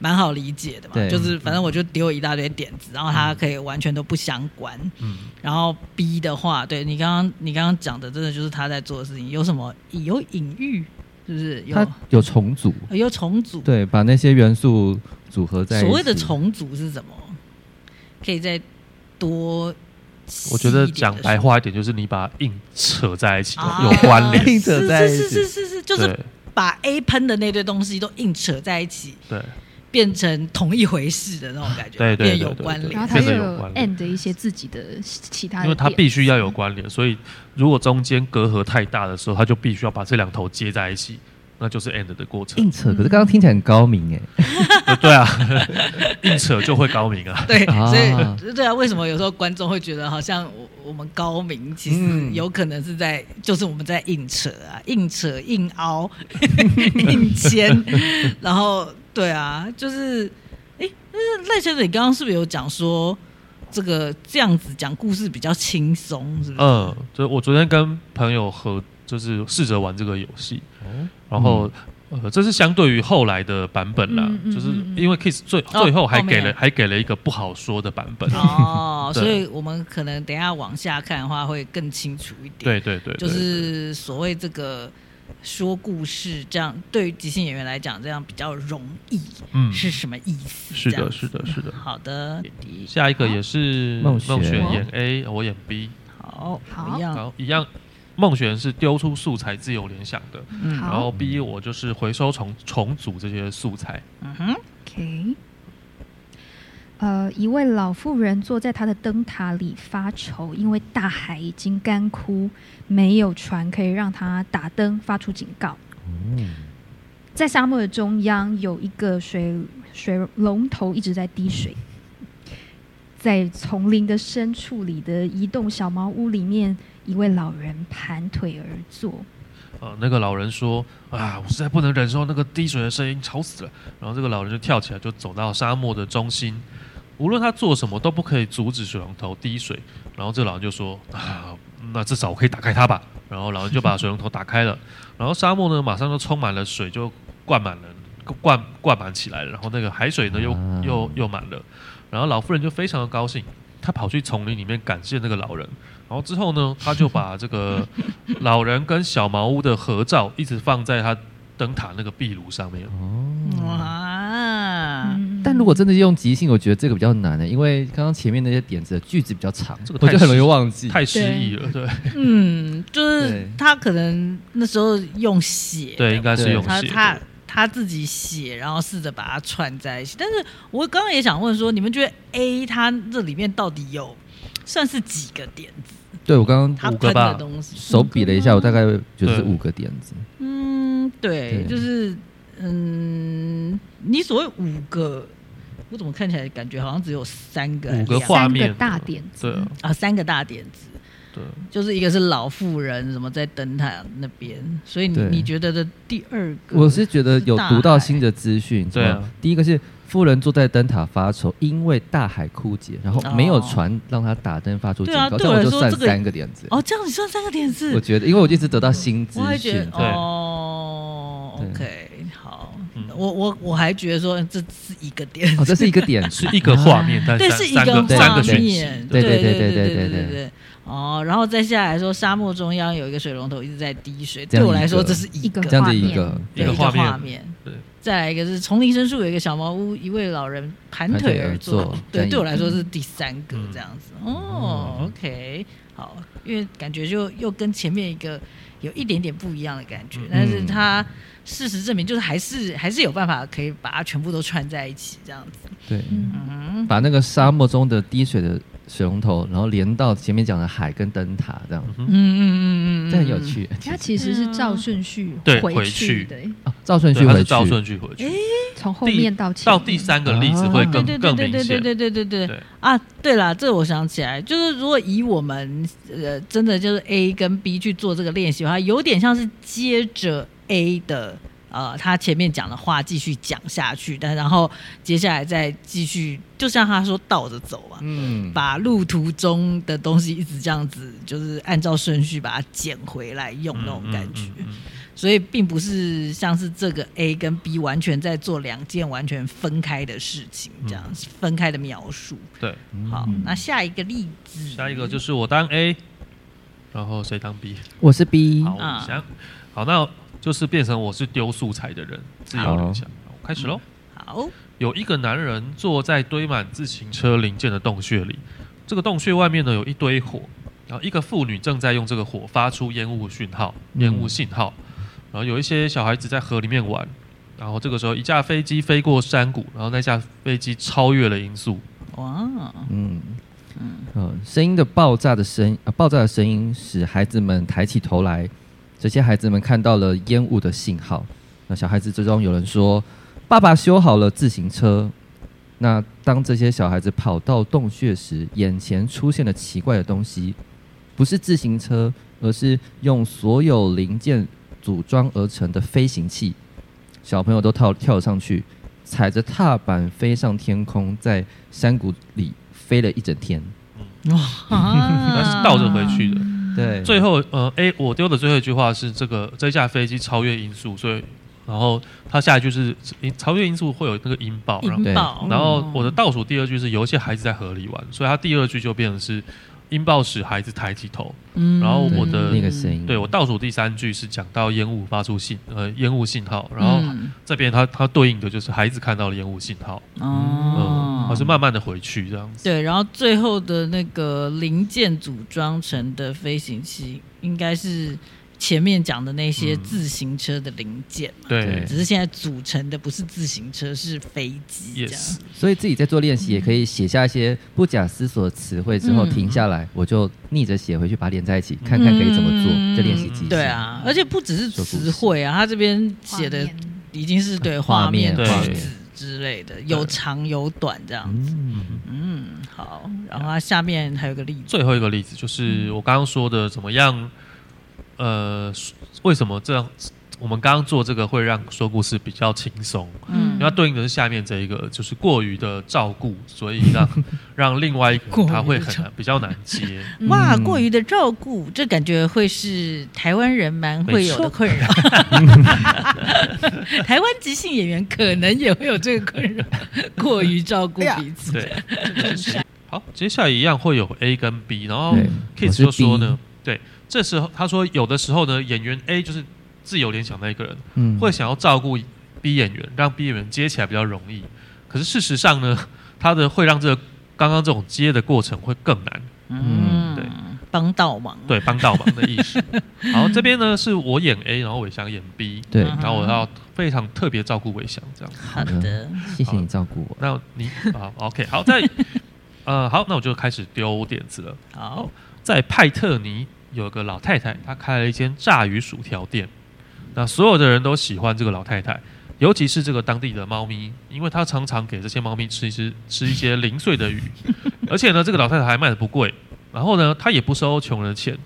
D: 蛮好理解的嘛，
A: 对
D: 就是反正我就丢一大堆点子，然后他可以完全都不相关。
C: 嗯，
D: 然后 B 的话，对你刚刚你刚刚讲的，真的就是他在做的事情，有什么有隐喻，是不是？
A: 它
D: 有
A: 有重组，
D: 有重组，
A: 对，把那些元素组合在一起。
D: 所谓的重组是什么？可以再多细一点地说，
C: 我觉得讲白话一点，就是你把硬扯在一起，
D: 啊
C: 有关联。
A: 硬扯在一起
D: 是是是是是，就是
C: 对
D: 把 A 喷的那堆东西都硬扯在一起，
C: 对
D: 变成同一回事的那种感觉，
C: 对对
D: 变
C: 对
D: 有
C: 对
D: 关
C: 对
D: 联
B: 然后。他又
C: 变得
B: 有
C: 有关联
B: end 一些自己的其他的点，
C: 因为它必须要有关联，所以如果中间隔阂太大的时候，它就必须要把这两头接在一起，那就是 end 的过程。
A: 硬扯，可是刚刚听起来很高明哎，
C: 呃对啊， 硬扯就会高明啊。
D: 对，
A: 啊
D: 所以对啊，为什么有时候观众会觉得好像我我们高明，其实
A: 嗯
D: 有可能是在、就是我们在硬扯啊，硬扯硬凹 硬牵，然后对啊，就是哎，那赖先生，你刚刚是不是有讲说这个这样子讲故事比较轻松，是不是？
A: 呃
C: 嗯，就我昨天跟朋友和就是试着玩这个游戏，然后、呃，这是相对于后来的版本啦，
B: 嗯嗯
C: 就是
B: 嗯嗯
C: 因为 Kiss 最、
D: 哦
C: 最后还给
D: 后
C: 了
D: 面
C: 还给了一个不好说的版 本。
D: 哦，
C: 对
D: 所以我们可能等一下往下看的话会更清楚一点。
C: 对对对，对
D: 就是所谓这个说故事，这样对于即兴演员来讲，这样比较容易，
C: 嗯，
D: 是什么意思？
C: 是
D: 这样
C: 的，
D: 子
C: 是的，是的。
D: 好的，
C: 下一个也是
A: 好梦璇
C: 璇演 A，我演 B，
D: 好，
B: 好
D: 一样，
C: 好一样。梦璇是丢出素材自由联想的，
D: 嗯
B: 好
C: 然后 B 我就是回收重重组这些素材。
D: 嗯哼，
B: OK，呃，一位老妇人坐在她的灯塔里发愁，因为大海已经干枯，没有船可以让她打灯发出警告。在沙漠的中央有一个水水龙头一直在滴水，在丛林的深处里的移动小茅屋里面，一位老人盘腿而坐。
C: 呃，那个老人说啊，我实在不能忍受那个滴水的声音，吵死了。然后这个老人就跳起来，就走到沙漠的中心，无论他做什么都不可以阻止水龙头滴水。然后这老人就说啊，那至少我可以打开它吧。然后老人就把水龙头打开了，然后沙漠呢马上就充满了水，就灌满了灌灌满起来了。然后那个海水呢又
A: 啊
C: 又又满了。然后老妇人就非常的高兴，她跑去丛林里面感谢那个老人。然后之后呢，她就把这个老人跟小茅屋的合照一直放在她灯塔那个壁炉上面。
D: 哦
C: 啊
D: 哇，
B: 嗯
A: 但如果真的用即兴，我觉得这个比较难的，因为刚刚前面那些点子的句子比较长，
C: 这个太
A: 我觉得很容易忘记。
C: 太失意了，对
D: 嗯，就是
A: 对
D: 他可能那时候用写，
C: 对，应该是
A: 对
C: 用
D: 他
C: 血
D: 他
C: 的。
D: 他自己写，然后试着把它串在一起。但是我刚刚也想问说，你们觉得 A 它这里面到底有算是几个点子？
A: 对我刚
D: 它
A: 刚
C: 五个
D: 喷
C: 吧
D: 的东西，
A: 手比了一下，我大概觉得是
C: 对
A: 五个点子。
D: 嗯，
A: 对
D: 对，就是嗯，你所谓五个，我怎么看起来感觉好像只有三个还是
C: 五个
D: 两
C: 画
B: 三个
C: 面
B: 大点子，
C: 对啊
D: 啊，三个大点子，
C: 对，
D: 就是一个是老妇人，什么在灯塔那边，所以你
A: 对
D: 你觉得的第二个，
A: 我是觉得有读到新
D: 的
A: 的资讯，
C: 对啊
A: 什么第一个是妇人坐在灯塔发愁，因为大海枯竭，然后没有
D: 哦
A: 船让他打灯发出警告，
D: 对啊
A: 这
D: 对
A: 样
D: 我来
A: 我就
D: 说
A: 算
D: 这个
A: 三个点子。
D: 哦，这样你算三个点子，
A: 我觉得，因为我一直得到新资
D: 我还觉
A: 讯
D: 得，
C: 对
D: 哦
A: 对
D: ，OK，好，
C: 嗯
D: 我我我还觉得说这是一个点
A: 哦，这是一个点，
C: 是一个画面，
A: 呃
C: 但
D: 对，
C: 三
D: 是一
C: 三
D: 个
C: 个三
D: 画
C: 个讯息
D: 面，
A: 对
D: 对
A: 对
D: 对
A: 对对
D: 对
A: 对对
D: 对。哦，然后再下来说，沙漠中央有一个水龙头一直在滴水，
A: 这
D: 对
A: 样
D: 我来说
A: 一个
D: 这是一个
B: 一
A: 这样子
B: 画面
A: 一个
C: 一
D: 对
C: 个
D: 一个
C: 画面
D: 画面。
C: 对，
D: 再来一个是丛林深处有一个小茅屋，一位老人盘
A: 盘
D: 腿
A: 腿而
D: 坐
A: 坐，
D: 对，
A: 这样一
D: 对我
A: 个
D: 来说是第三个
C: 嗯
D: 这样子。哦，OK，好，因为感觉就又跟前面一个有一点点不一样的感觉
C: 嗯，
D: 但是他事实证明就是还是还是有办法可以把它全部都串在一起这样子，
A: 对，
B: 嗯，
D: 嗯，
A: 把那个沙漠中的滴水的水龙头，然后连到前面讲的海跟灯塔这样，
D: 嗯嗯嗯嗯，嗯
A: 这很有。趣。
B: 它其实是照顺序
C: 嗯对回
B: 去
C: 去
B: 的，
A: 哦照顺
C: 对，
A: 序
C: 它
A: 回
C: 是
A: 去，
C: 照顺序回去。
B: 从后
C: 第
B: 面到前
C: 到
B: 面
C: 第三个例子会
A: 啊
C: 更
D: 哦对对
C: 更
D: 对
C: 明
D: 对对
C: 显。嗯
D: 对对对对
C: 对
D: 啊！对啦，这我想起来，就是如果以我们呃真的就是 A 跟 B 去做这个练习的话，有点像是接着 A 的呃他前面讲的话继续讲下去，但然后接下来再继续，就像他说倒着走嘛，
A: 嗯，
D: 把路途中的东西一直这样子，就是按照顺序把它捡回来用那种感觉。
C: 嗯嗯嗯嗯
D: 所以并不是像是这个 A 跟 B 完全在做两件完全分开的事情，这
C: 嗯
D: 样、分开的描述。
C: 对，
D: 嗯好，那下一个例子，
C: 嗯下一个就是我当 A，然后谁当 B？
A: 我是 B，
C: 好，我们想，好，那就是变成我是丢素材的人，自由联想。好开始喽。
D: 好，
C: 有一个男人坐在堆满自行车零件的洞穴里，这个洞穴外面呢有一堆火，然后一个妇女正在用这个火发出烟雾讯号、
A: 嗯
C: 烟雾信号，然后有一些小孩子在河里面玩，然后这个时候一架飞机飞过山谷，然后那架飞机超越了音速，
D: 哇，
A: 嗯
D: 嗯
A: 呃，声音的爆炸的声、呃，爆炸的声音使孩子们抬起头来。这些孩子们看到了烟雾的信号。那小孩子之中有人说：“爸爸修好了自行车。”那当这些小孩子跑到洞穴时，眼前出现了奇怪的东西，不是自行车，而是用所有零件组装而成的飞行器。小朋友都跳跳了上去，踩着踏板飞上天空，在山谷里飞了一整天。
C: 那
D: 那
C: 是倒着回去的。
A: 对，
C: 最后，呃，A 我丢的最后一句话是这个这架飞机超越音速，所以然后他下一句是超越音速会有那个音爆，然后
D: 啊引爆。
C: 然后
D: 哦
C: 我的倒数第二句是有一些孩子在河里玩，所以他第二句就变成是音爆使孩子抬起头。
D: 嗯，
C: 然后
A: 对
C: 我的
A: 那个声音，
C: 对我倒数第三句是讲到烟雾发出信呃烟雾信号，然后
D: 嗯
C: 这边他他对应的就是孩子看到了烟雾信号，嗯，
D: 哦
C: 而，是慢慢的回去这样子。
D: 对，然后最后的那个零件组装成的飞行器，应该是前面讲的那些
C: 嗯
D: 自行车的零件。
C: 对
A: 对
D: 只是现在组成的不是自行车，是飞机这样。
C: ，yes，
A: 所以自己在做练习也可以写下一些不假思索的词汇之后
D: 嗯
A: 停下来，我就逆着写回去，把它连在一起，看看可以怎么做，
D: 嗯
A: 就练习记忆。
D: 对啊，而且不只是词汇啊，他这边写的
B: 画面
D: 已经是对
A: 画
D: 画面、
A: 面
C: 对
D: 文字之类的，有长有短这样。
A: 嗯，
D: 嗯，好，然后它下面还有个例子，
C: 最后一个例子
D: 嗯
C: 就是我刚刚说的，怎么样？呃，为什么这样？我们刚刚做这个会让说故事比较轻松，
D: 嗯
B: 嗯，
C: 那对应的是下面这一个，就是过于的照顾，所以让 让另外一个
D: 过于地
C: 他会
D: 照
C: 很难比较难接。
D: 哇，
A: 嗯
D: 过于的照顾，这感觉会是台湾人蛮会有的困扰。台湾即兴演员可能也会有这个困扰，过于照顾彼此。
C: 对，好，接下来一样会有 A 跟 B，然后
A: 对，我
C: Kids
A: 是
C: 就说
A: B
C: 呢，，对，这时候他说有的时候呢，演员 A 就是自由联想那一个人，
A: 嗯，
C: 会想要照顾 B 演员，让 B 演员接起来比较容易。可是事实上呢，他的会让这个刚刚这种接的过程会更难，
A: 嗯
C: 对，
D: 帮倒忙。
C: 对，帮倒忙的意 思。然后这边呢是我演 A，然后伟翔演 B，
A: 对，
D: 嗯
C: 然后我要非常特别照顾伟翔这样。
D: 好的，
A: 谢谢你照顾我。
C: 那你啊，OK，好，在呃好，那我就开始丢点子了。
D: 好，
C: 在派特尼有个老太太，她开了一间炸鱼薯条店。那所有的人都喜欢这个老太太，尤其是这个当地的猫咪，因为她常常给这些猫咪吃一些吃一些零碎的鱼，而且呢，这个老太太还卖的不贵。然后呢，她也不收穷人的钱，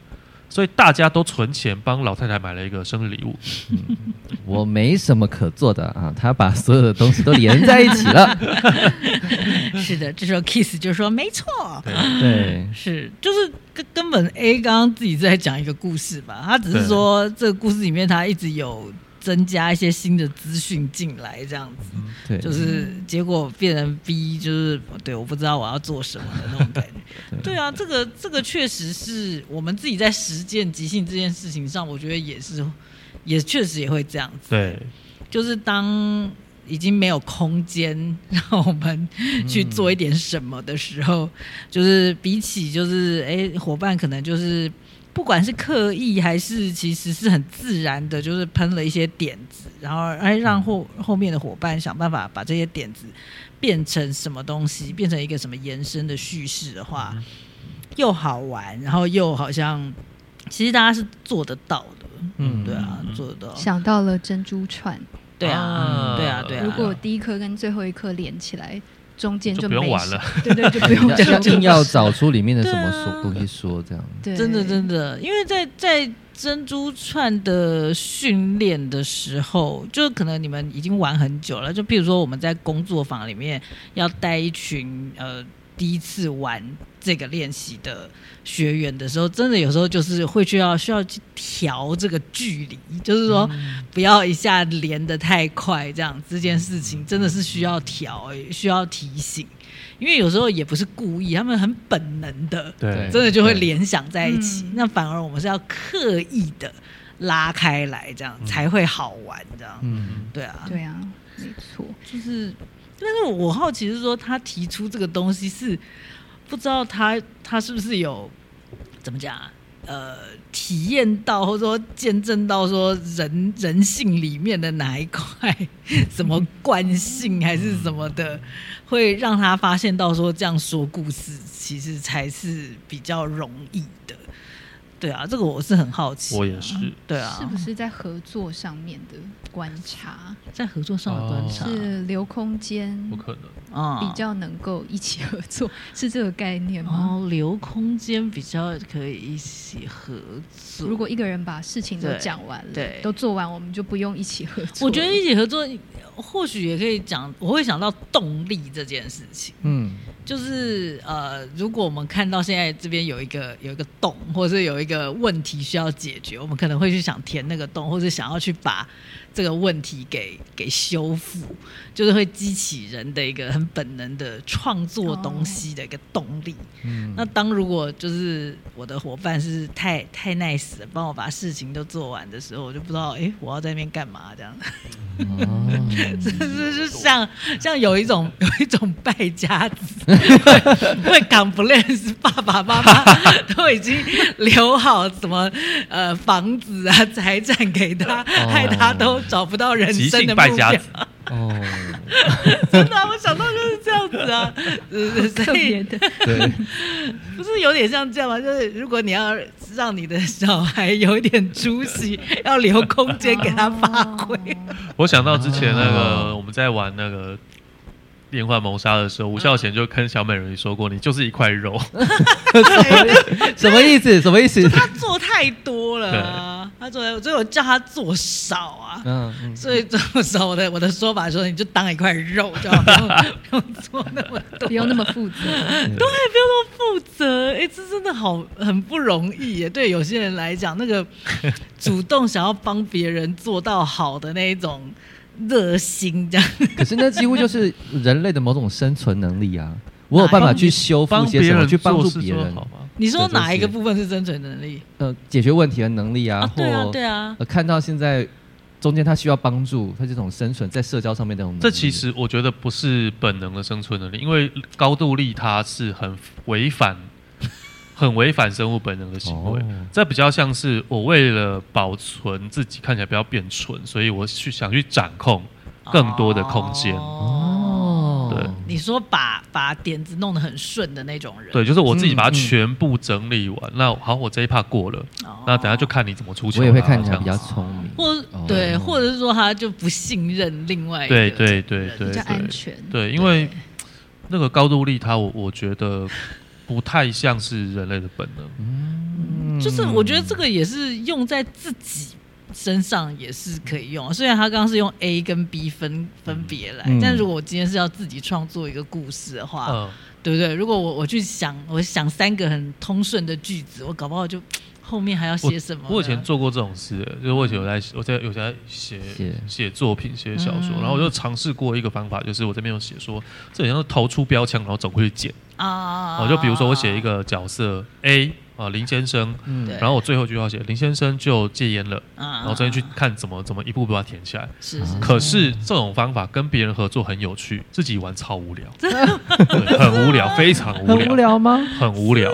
C: 所以大家都存钱帮老太太买了一个生日礼物。
A: 我没什么可做的啊，他把所有的东西都连在一起了。
D: 是的，这时候 Kiss 就说：“没错，
C: 对，
A: 对，
D: 是就是根根本 A 刚刚自己在讲一个故事吧，他只是说这个故事里面他一直有增加一些新的资讯进来，这样子
A: 对，
D: 就是结果变成 B 就是哦对我不知道我要做什么的那种感觉。对啊，这个这个确实是我们自己在实践即兴这件事情上，我觉得也是也确实也会这样子。
C: 对，
D: 就是当已经没有空间让我们去做一点什么的时
C: 嗯
D: 候，就是比起就是哎伙伴可能就是不管是刻意还是其实是很自然的，就是喷了一些点子，然后哎让后
C: 嗯
D: 后面的伙伴想办法把这些点子变成什么东西，变成一个什么延伸的叙事的话，
C: 嗯
D: 又好玩，然后又好像其实大家是做得到的，
A: 嗯
D: 对啊
C: 嗯嗯，
D: 做得到，
B: 想到了珍珠串，
D: 对
C: 啊
D: 啊，对啊，对啊，
B: 如果第一颗跟最后一颗连起来，中间
C: 就
B: 没
C: 不用玩了，
B: 对对，就不 用
A: 要
B: 说
A: 硬要找出里面的什么
D: 对啊
A: 说东西说这样。
B: 对，
D: 真的
B: 的
D: 真的，因为在在珍珠串的训练的时候，就可能你们已经玩很久了，就譬如说我们在工作坊里面要带一群呃第一次玩这个练习的学员的时候，真的有时候就是会需要需要去调这个距离，就是说不要一下连的太快，这样这件事情真的是需要调、需要提醒，因为有时候也不是故意，他们很本能的。
A: 哎对
D: 真的就会联想在一起。
B: 嗯
D: 那反而我们是要刻意的拉开来，这样、
C: 嗯
D: 才会好玩，这样。
A: 嗯，
D: 对啊，
B: 对啊，没错，
D: 就是，但是我好奇是说，他提出这个东西是不知道他他是不是有怎么讲啊？呃，体验到或者说见证到说人人性里面的哪一块，什么惯性还是什么的，会让他发现到说这样说故事其实才是比较容易的。对啊，这个我是很好奇啊、
C: 我也是
D: 对啊，
B: 是不是在合作上面的观察，
D: 在合作上的观察？
B: 是留空间
C: 不可能。
D: 啊
B: 比较能够一起合作， 是这个概念
D: 然
B: 吗？
D: 后留空间比较可以一起合作。
B: 如果一个人把事情都
D: 对
B: 讲完了，
D: 对
B: 都做完，我们就不用一起合作了。
D: 我觉得一起合作，或许也可以讲，我会想到动力这件事情。
A: 嗯，
D: 就是呃，如果我们看到现在这边有一个有一个洞，或者是有一个问题需要解决，我们可能会去想填那个洞，或者想要去把这个问题给给修复，就是会激起人的一个很本能的创作东西的一个动力。
A: 嗯
D: 那当如果就是我的伙伴是太太 nice 了，帮我把事情都做完的时候，我就不知道哎、诶我要在那边干嘛这样，
A: 哦
C: 嗯
D: 这这就像像有 一种有一种败家子会会 complain 爸爸妈妈 都已经留好什么呃房子啊财产给他， 害他都找不到人
C: 哦急
D: 生
C: 性
D: 的目
C: 败
D: 标。
C: 家子
A: 哦，
D: 真的啊、我想到就是这样子啊，呃
B: 特
D: 所以
B: 别的，
A: 对，
D: 不是有点像这样吗？就是如果你要让你的小孩有一点出息，要留空间给他发
C: 哦
D: 挥。
B: 哦
C: 我想到之前那个
A: 哦
C: 我们在玩那个连环谋杀的时候，吴孝贤就跟小美人鱼说过：“你就是一块 肉。
A: 什么意思？什么意思？
D: 他做太多了、啊，他做太多，所以我叫他做少啊。
A: 嗯嗯，
D: 所以做少，我的我的说法说，你就当一块肉 就好，不用不用做那么多，
B: 不用那么负责。
D: 对，不用那么负责。哎、这真的好很不容易耶。对有些人来讲，那个主动想要帮别人做到好的那一种热心，这样
A: 可是那几乎就是人类的某种生存能力啊！我有办法去修”复
C: 帮
A: 一
C: 别
A: 些什么，
C: 人
A: 去帮
C: 做
A: 助
C: 事
A: 别
C: 做
A: 人
C: 好，吗？
D: 你说
A: 对
D: 哪一个
A: 就是
D: 部分是生存能力
A: 呃，解决问题的能力啊，或
D: 对啊，对啊，
A: 呃，看到现在中间他需要帮助，他这种生存在社交上面的这种能力，啊
C: 这其实我觉得不是本能的生存能力，因为高度利他是很违反、 很违反生物本能的行为。
A: 哦
C: 这比较像是我为了保存自己看起来不要变蠢，所以我去想去掌控更多的空间。
A: 哦，
C: 对
D: 你说把把点子弄得很顺的那种人，
C: 对，就是我自己把它
A: 嗯嗯
C: 全部整理完。那好，我这一趴过了，
D: 哦，
C: 那等下就看你怎么出球
A: 我
C: 啦。
A: 也会看起
C: 啊这
A: 来
C: 样
A: 比较聪明，
D: 或
A: 哦
D: 对，或者是说他就不信任另外一个
C: 对对对
D: 人
C: 对
B: 比较安
C: 对
B: 全，
C: 对，因为那个高度利他，我我觉得不太像是人类的本能。
A: 嗯
D: 就是我觉得这个也是用在自己身上也是可以用。啊虽然他刚刚是用 A 跟 B 分分别来，
A: 嗯
D: 但如果我今天是要自己创作一个故事的话，
C: 嗯，
D: 对不对？如果我我去想，我想三个很通顺的句子，我搞不好就后面还要写什么呢
C: 我以前做过这种事，就是我以前有在我在有在写
A: 写
C: 写作品、写小说，
D: 嗯
C: 然后我就尝试过一个方法，就是我这边有写说，这好像是投出标枪，然后走过去捡。
D: 啊，
C: 哦，就比如说我写一个角色 A，啊、林先生，
A: 嗯
D: 对
C: 然后我最后一句话写林先生就戒烟了，
D: 啊，嗯
C: 然后这边去看怎么怎么一步步把它填起来。
D: 是是是
C: 可是这种方法跟别人合作很有趣，自己玩超 无聊，对，很无聊，非常无
A: 很无
C: 聊，
A: 聊吗？
C: 很无聊。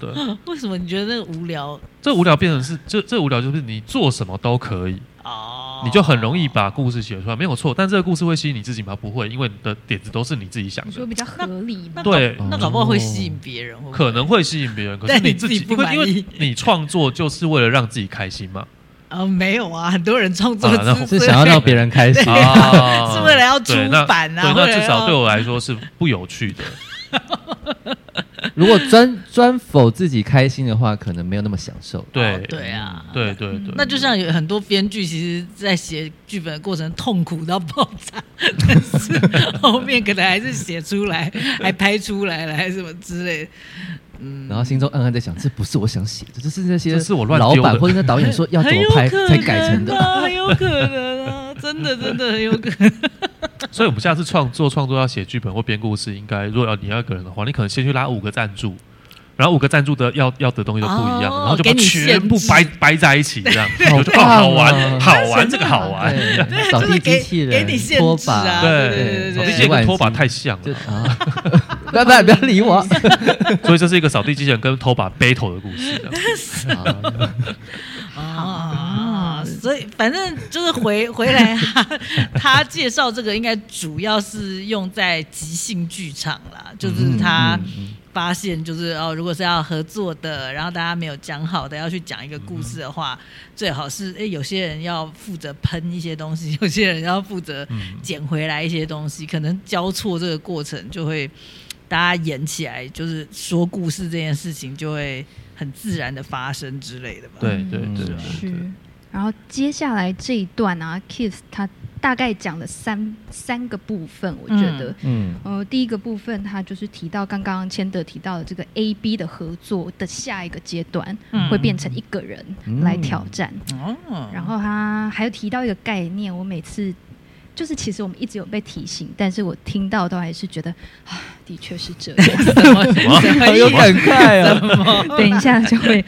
C: 对，
D: 为什么你觉得那个无聊
C: 这无聊变成是这这无聊就是你做什么都可以，
D: 哦？
C: 你就很容易把故事写出来，没有错。但这个故事会吸引你自己吗？不会，因为你的点子都是你自己想
B: 你说
C: 的，
B: 比较合理嘛
D: 那？搞
C: 对哦
D: 那搞不好会吸引别人，会不会
C: 可能会吸引别人，可是
D: 但你
C: 你自己
D: 自己不
C: 因为
D: 满
C: 因
D: 意
C: 为你创作就是为了让自己开心嘛，
D: 啊没有啊，很多人创作
C: 啊那
D: 是
A: 是想要让别人 开心
D: 对，
C: 啊
D: 是为了要出
C: 对那
D: 版啊
C: 对，
D: 为了
C: 那至
D: 要
C: 少对我来说是不有趣 的。
A: 如果专专否自己开心的话，可能没有那么享受。
C: 对、
D: 哦对啊，
C: 对对对，
D: 那就像有很多编剧，其实在写剧本的过程痛苦到爆炸， 但是后面可能还是写出来，还拍出来了，还是什么之类的。
A: 然后心中暗暗在想，这不是我想写的，这是那些
C: 这是我乱
A: 老
C: 丢的
A: 板或者那导演说要怎
D: 很
A: 么
D: 有
A: 拍
D: 可
A: 才改成
D: 能
A: 的。
D: 啊，很有可能啊，真的真的很有可能。
C: 所以我们下次创作创作要写剧本或编故事，应该如果要你要一个人的话，你可能先去拉五个赞助，然后五个赞助的要要的东西都不一样，
D: 哦
C: 然后就把
D: 给你限
C: 全部
D: 制
C: 掰掰在一起，这样
A: 好
C: 我就哦
A: 棒
C: 好
A: 哦
C: 玩好玩啊
D: 神
C: 这个好玩，
A: 对，哎扫
D: 就是
A: 地
D: 给
A: 机器
D: 给你
A: 人
D: 限、
A: 拖
D: 制
A: 把，
D: 啊对对对
C: 扫
A: 对
C: 地机器
A: 洗
C: 人
A: 碗
C: 跟拖把
A: 机
C: 太像
A: 就
C: 了，
A: 啊， 不要不要不要理我。
C: 所以这是一个扫地机器人跟拖把 battle 的故事。这样
A: 啊
D: 啊，所以反正就是回 回来他他介绍这个，应该主要是用在即兴剧场啦，就是他
A: 嗯嗯嗯
D: 发现就是哦，如果是要合作的，然后大家没有讲好的要去讲一个故事的话，最好是诶有些人要负责喷一些东西，有 些人要负责
C: 嗯
D: 捡回来一些东西，可能交错这个过程就会大家演起来，就是说故事这件事情就会很自然的发生之类的吧。
C: 对对
A: 嗯
C: 对对对
B: 是。然后接下来这一段啊，Kiss 他大概讲了三三个部分，我觉得。
A: 嗯，
B: 呃，第一个部分他就是提到刚刚千德提到的这个 A B 的合作的下一个阶段、
D: 嗯
B: 会变成一个人
A: 嗯
B: 来挑战，
D: 哦，
B: 然后他还有提到一个概念，我每次就是其实我们一直有被提醒，但是我听到都还是觉得啊，的确是这样，
C: 什 么。
A: 好有感慨啊，
B: 等一下就会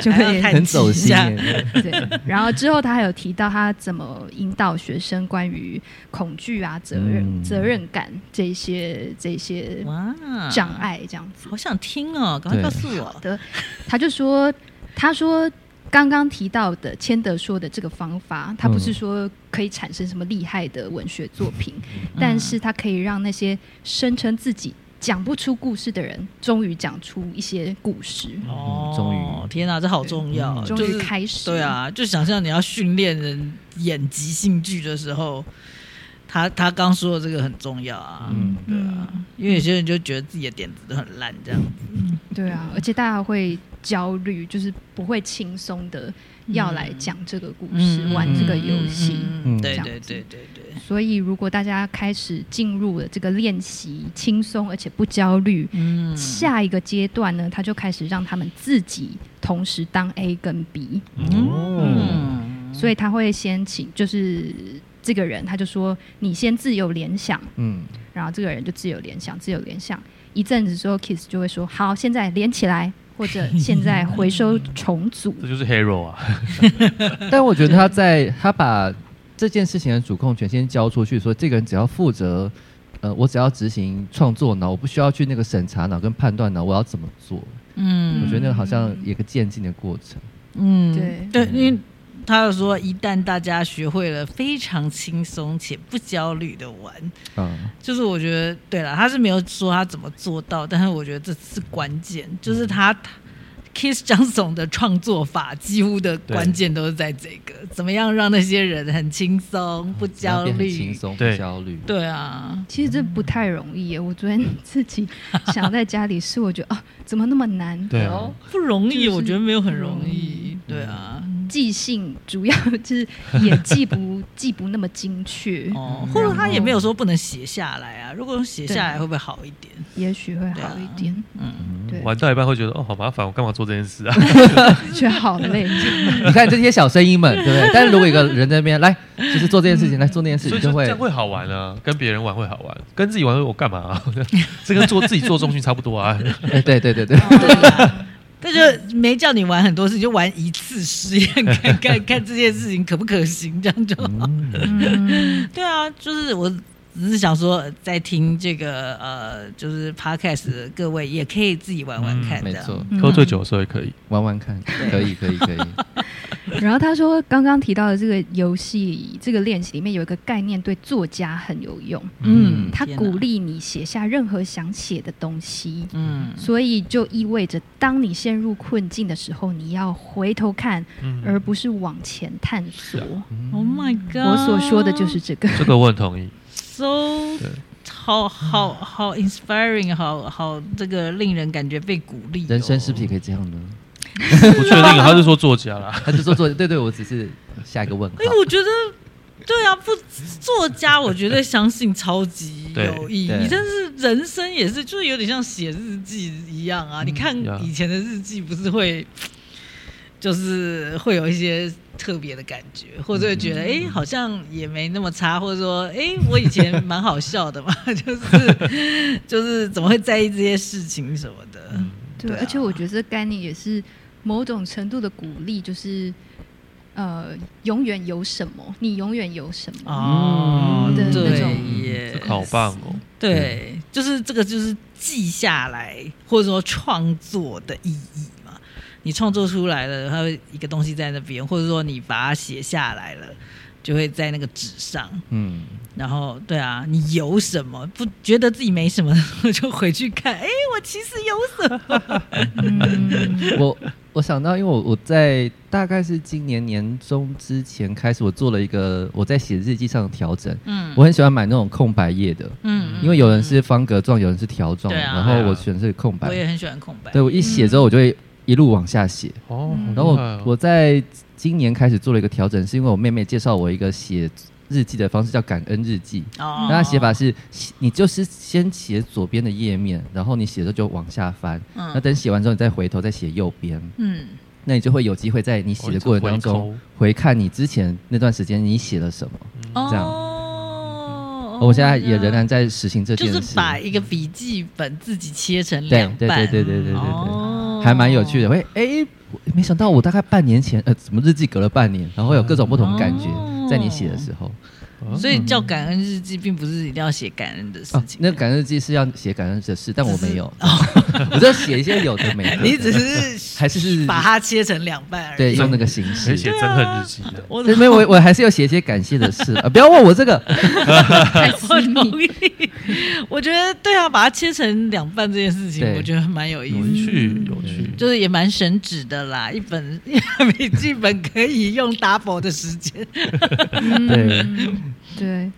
B: 就
D: 还要
B: 会
D: 叹
A: 很走心耶。
B: 对，然后之后他还有提到他怎么引导学生关于恐惧啊、责任、
A: 嗯
B: 责任感这一些这一些
D: 哇，
B: 障，碍这样子。
D: 好想听哦，赶
A: 对
D: 快告诉我。
B: 的，他就说，他说刚刚提到的千德说的这个方法，他不是
A: 嗯
B: 说可以产生什么厉害的文学作品，
D: 嗯
B: 但是它可以让那些声称自己讲不出故事的人，终于讲出一些故事，
D: 哦，
A: 嗯终于
D: 天哪，这好重要，
A: 嗯
B: 终
D: 就
B: 于
D: 是
B: 开始。
D: 对，啊，就想象你要训练人演即兴剧的时候，他他刚说的这个很重要啊，
A: 嗯
D: 对啊，因为有些人就觉得自己的点子都很烂，这样子
B: 对
D: 嗯
B: 啊，而且大家会焦虑，就是不会轻松的要来讲这个故事，玩这个游戏。
D: 嗯
A: 嗯
D: 对
B: 这样
D: 对
B: 子
D: 对对对，
B: 所以，如果大家开始进入了这个练习，轻松而且不焦虑，
D: 嗯
B: 下一个阶段呢，他就开始让他们自己同时当 A 跟 B，、
D: 嗯
A: 哦，
B: 所以他会先请，就是这个人他就说你先自由联想，
A: 嗯，
B: 然后这个人就自由联想，自由联想。一阵子之后，Kiss 就会说好，现在连起来，或者现在回收重 组
C: 这就是 hero 啊，
D: 嗯
A: 但我觉得他在他把这件事情的主控权先交出去，说这个人只要负责，呃，我只要执行创作脑，我不需要去那个审查脑跟判断脑，我要怎么做？
D: 嗯
A: 我觉得那个好像一个渐进的过程。
D: 嗯
B: 对
D: 对，因为他又说，一旦大家学会了非常轻松且不焦虑的玩，
A: 嗯，
D: 就是我觉得对了，他是没有说他怎么做到，但是我觉得这是关键，
A: 嗯
D: 就是他。Kiss Johnson 的创作法几乎的关键都是在这个，怎么样让那些人很轻松、不
A: 只要
D: 焦
A: 变得
D: 虑？
A: 轻松，嗯不
C: 对
A: 焦虑。
D: 对啊，
B: 其实这不太容易耶，我昨天自己想在家里试，我觉得啊，怎么那么难？
C: 对啊，
D: 不容
B: 就
D: 易，
B: 是
D: 我觉得没有很容
B: 不容
D: 易。对啊，
B: 记性主要就是也记不记不那么精确，
D: 哦，
A: 嗯
D: 或者
A: 然
D: 他也
A: 后
D: 没有说不能写下来啊，如果写下来会不会好一点？
B: 也许会好一点。
D: 嗯，
B: 对，
C: 玩到一半会觉得哦好麻烦，我干嘛做这件事啊？
B: 觉得好累。
A: 你看这些小声音们，对不对？但是如果有个人在那边来，就是做这件事情，来做那件事
C: 所
A: 情，就
C: 以就这
A: 会
C: 样会好玩啊，跟别人玩会好玩，跟自己 玩我干嘛啊？这跟做自己做中训差不多啊。
A: 哎，对对对对，
D: 对啊但就没叫你玩很多次，就玩一次实 验，看看看这件事情可不可行，这样就好。
A: 嗯
B: 嗯，
D: 对啊，就是我只是想说，在听这个呃，就是 podcast 的各位也可以自己玩玩看
A: 没
D: 的。
A: 错，
C: 喝醉酒的时候也可以。
A: 玩玩看，可以，可以， 可以。
B: 然后他说，刚刚提到的这个游戏，这个练习里面有一个概念对作家很有用，
A: 嗯
D: 嗯，
B: 他
D: 天哪
B: 鼓励你写下任何想写的东西。
D: 嗯
B: 所以就意味着，当你陷入困境的时候，你要回头看，
C: 嗯，
B: 而不是往前探索。
D: ，Oh my god！
B: 嗯我所说的就是这个。
D: 嗯
C: 这个我很同意。
D: so
C: 对
D: 好好好 inspiring，好好这个令人感觉被鼓励哦、
A: 人生是不是也可以这样呢？
C: 不确定，啊他是说作家 啦。
A: 他就说做，对对，我只是下一个问号
D: 哎、。我觉得对啊，不作家，我绝对相信超级
C: 对
D: 有意义
A: 对。
D: 但是人生也是，就是有点像写日记一样啊。你看
C: 呀
D: 以前的日记，不是会 就是会有一些特别的感觉，或者会觉得哎、诶好像也没那么差，或者说哎、诶我以前蛮好笑的嘛， 就是就是怎么会在意这些事情什么的。
B: 对，
D: 对啊
B: 而且我觉得这概念也是某种程度的鼓励，就是呃，永远有什么，你永远有什么。
D: 哦，
A: 嗯
D: 对
B: 对那种
D: 耶，
C: 好棒哦！
D: 对，就是这个就是记下来或者说创作的意义嘛。你创作出来了，它会一个东西在那边，或者说你把它写下来了，就会在那个纸上。
A: 嗯，
D: 然后，对啊，你有什么不觉得自己没什么，就回去看，哎，我其实有什么。
B: 嗯，
A: 我我想到，因为我我在大概是今年年中之前开始，我做了一个我在写日记上的调整。
D: 嗯
A: 我很喜欢买那种空白页的，
D: 嗯
A: 因为有人是方格状，有人是条状，
D: 对啊
A: 然后我选的是空
D: 我也
A: 白。
D: 很喜欢空白。
A: 对我一写之后，我就会一路往下写。
C: 哦
B: 嗯，
A: 然后我我在今年开始做了一个调整，是因为我妹妹介绍我一个写日记的方式，叫感恩日记。
D: 哦，
A: 那它写法是，你就是先写左边的页面，然后你写的时候就往下翻，
D: 嗯
A: 那等写完之后你再回头再写右边，
D: 嗯
A: 那你就会有机会在你写的过程当中回看你之前那段时间你写了什么。这样
D: 哦，
A: 我现在也
D: my
A: 仍
D: God
A: 然在实行这件
D: 就
A: 事，
D: 是把一个笔记本自己切成
A: 对
D: 两
A: 对
D: 半，
A: 对对对对对对，
D: 哦
A: 还蛮有趣的。。会哎，我没想到我大概半年前，呃，怎么日记隔了半年，然后有各种不同感觉
D: 嗯哦
A: 在你写的时候。
D: 所以叫感恩日记，并不是一定要写感恩的事
A: 啊，
D: 情。
A: 那感恩日记是要写感恩的事，但我没有， 我就写一些有的没的。
D: 哦 你只 是
A: 还是是
D: 把它切成两半而已。
A: 对，用那个形式
C: 谁。写憎恨日记的？
D: 我
A: 对，没有我，我还是要写一些感谢的事啊！不要问我这个，
B: 太
D: 我
B: 私密。
D: 同意。我觉得对啊，把它切成两半这件事情
A: 对，
D: 我觉得蛮有意
C: 有
D: 思。
C: 趣，有趣。
D: 就是也蛮省纸的啦，一本 笔记本可以用 double 的时间。
B: 嗯，对，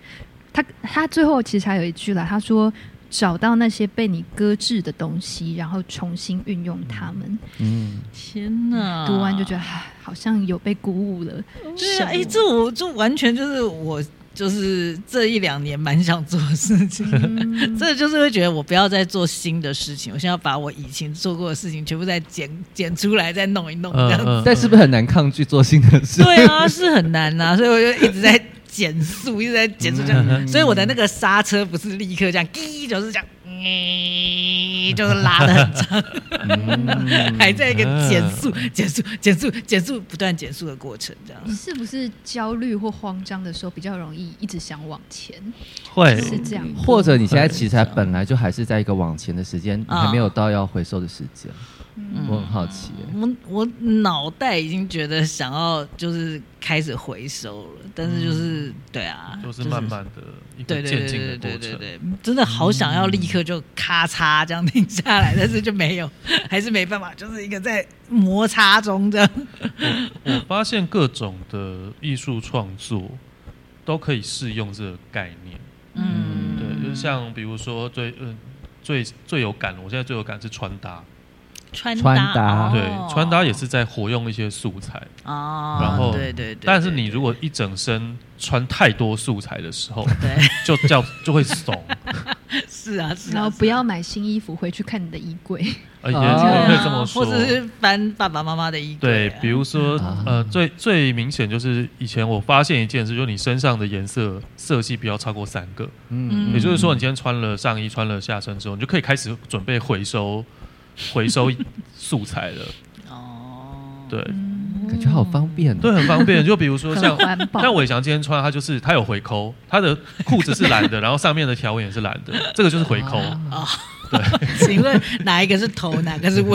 B: 他他最后其实还有一句啦，他说。找到那些被你搁置的东西，然后重新运用它们。
A: 嗯，
D: 天哪！
B: 读完就觉得，唉好像有被鼓舞了。
D: 嗯对
B: 生
D: 啊，哎，
B: 我
D: 这我就完全就是我就是这一两年蛮想做的事情，
B: 嗯
D: 这就是会觉得我不要再做新的事情，我现在要把我以前做过的事情全部再剪剪出来，再弄一弄这样子。
A: 但是不是很难抗拒做新的事？
D: 对啊，是很难呐、所以我就一直在减速，一直在减速这样， 所以我的那个刹车不是立刻这样，滴就是这样。嗯就是拉的很长，嗯
A: 嗯
D: 还在一个减速、减速、减速、减速不断减速的过程，这样
B: 你是不是焦虑或慌张的时候比较容易一直想往前？
C: 会
B: 是这样，
A: 或者你现在其实还本来就还是在一个往前的时间，
D: 啊
A: 你还没有到要回收的时间。
D: 嗯
A: 我很好奇耶，
D: 我我脑袋已经觉得想要就是开始回收了，但是就是、对啊，
C: 嗯就是慢慢的一
D: 对
C: 个
D: 对
C: 渐
D: 对
C: 进的
D: 对
C: 过
D: 对对
C: 程。嗯
D: 对，真的好想要立刻就咔嚓这样停下来， 但是就没有，还是没办法，就是一个在摩擦中的。
C: 我发现各种的艺术创作都可以适用这个概念。
A: 嗯
C: 对，就是像比如说最嗯。最最有感，我现在最有感是穿搭，
D: 穿
A: 穿搭
C: 对，穿搭也是在活用一些素材，
D: 哦，
C: 然后
D: 对对对，
C: 但是你
D: 对
C: 如果一整身穿太多素材的时候，
D: 对
C: 就叫就会怂，
D: 是啊是啊，
B: 然后
D: 是啊
B: 不要。买新衣服，回去看你的衣柜。
C: 呃，也
A: 哦
C: 也可以这
D: 啊
C: 么说，
D: 或者是翻爸爸妈妈的衣
C: 对
D: 柜啊，，
C: 比如说
A: 啊，
C: 呃，最最明显就是以前我发现一件事，就是你身上的颜色色系不要超过三个，
A: 嗯
C: 也就是说，你今天穿了上衣、穿了下身之后，你就可以开始准备回收回 收素材了。
D: 哦，
C: 对
A: 感觉好方便、哦。
C: 对，很方 便。就比如说像
B: 很环保
C: 像伟翔今天穿，他就是他有回扣，他的裤子是蓝的，然后上面的条纹也是蓝的，这个就是回扣。
D: 哦
A: 啊
D: 请问哪一个是头，哪个是 尾？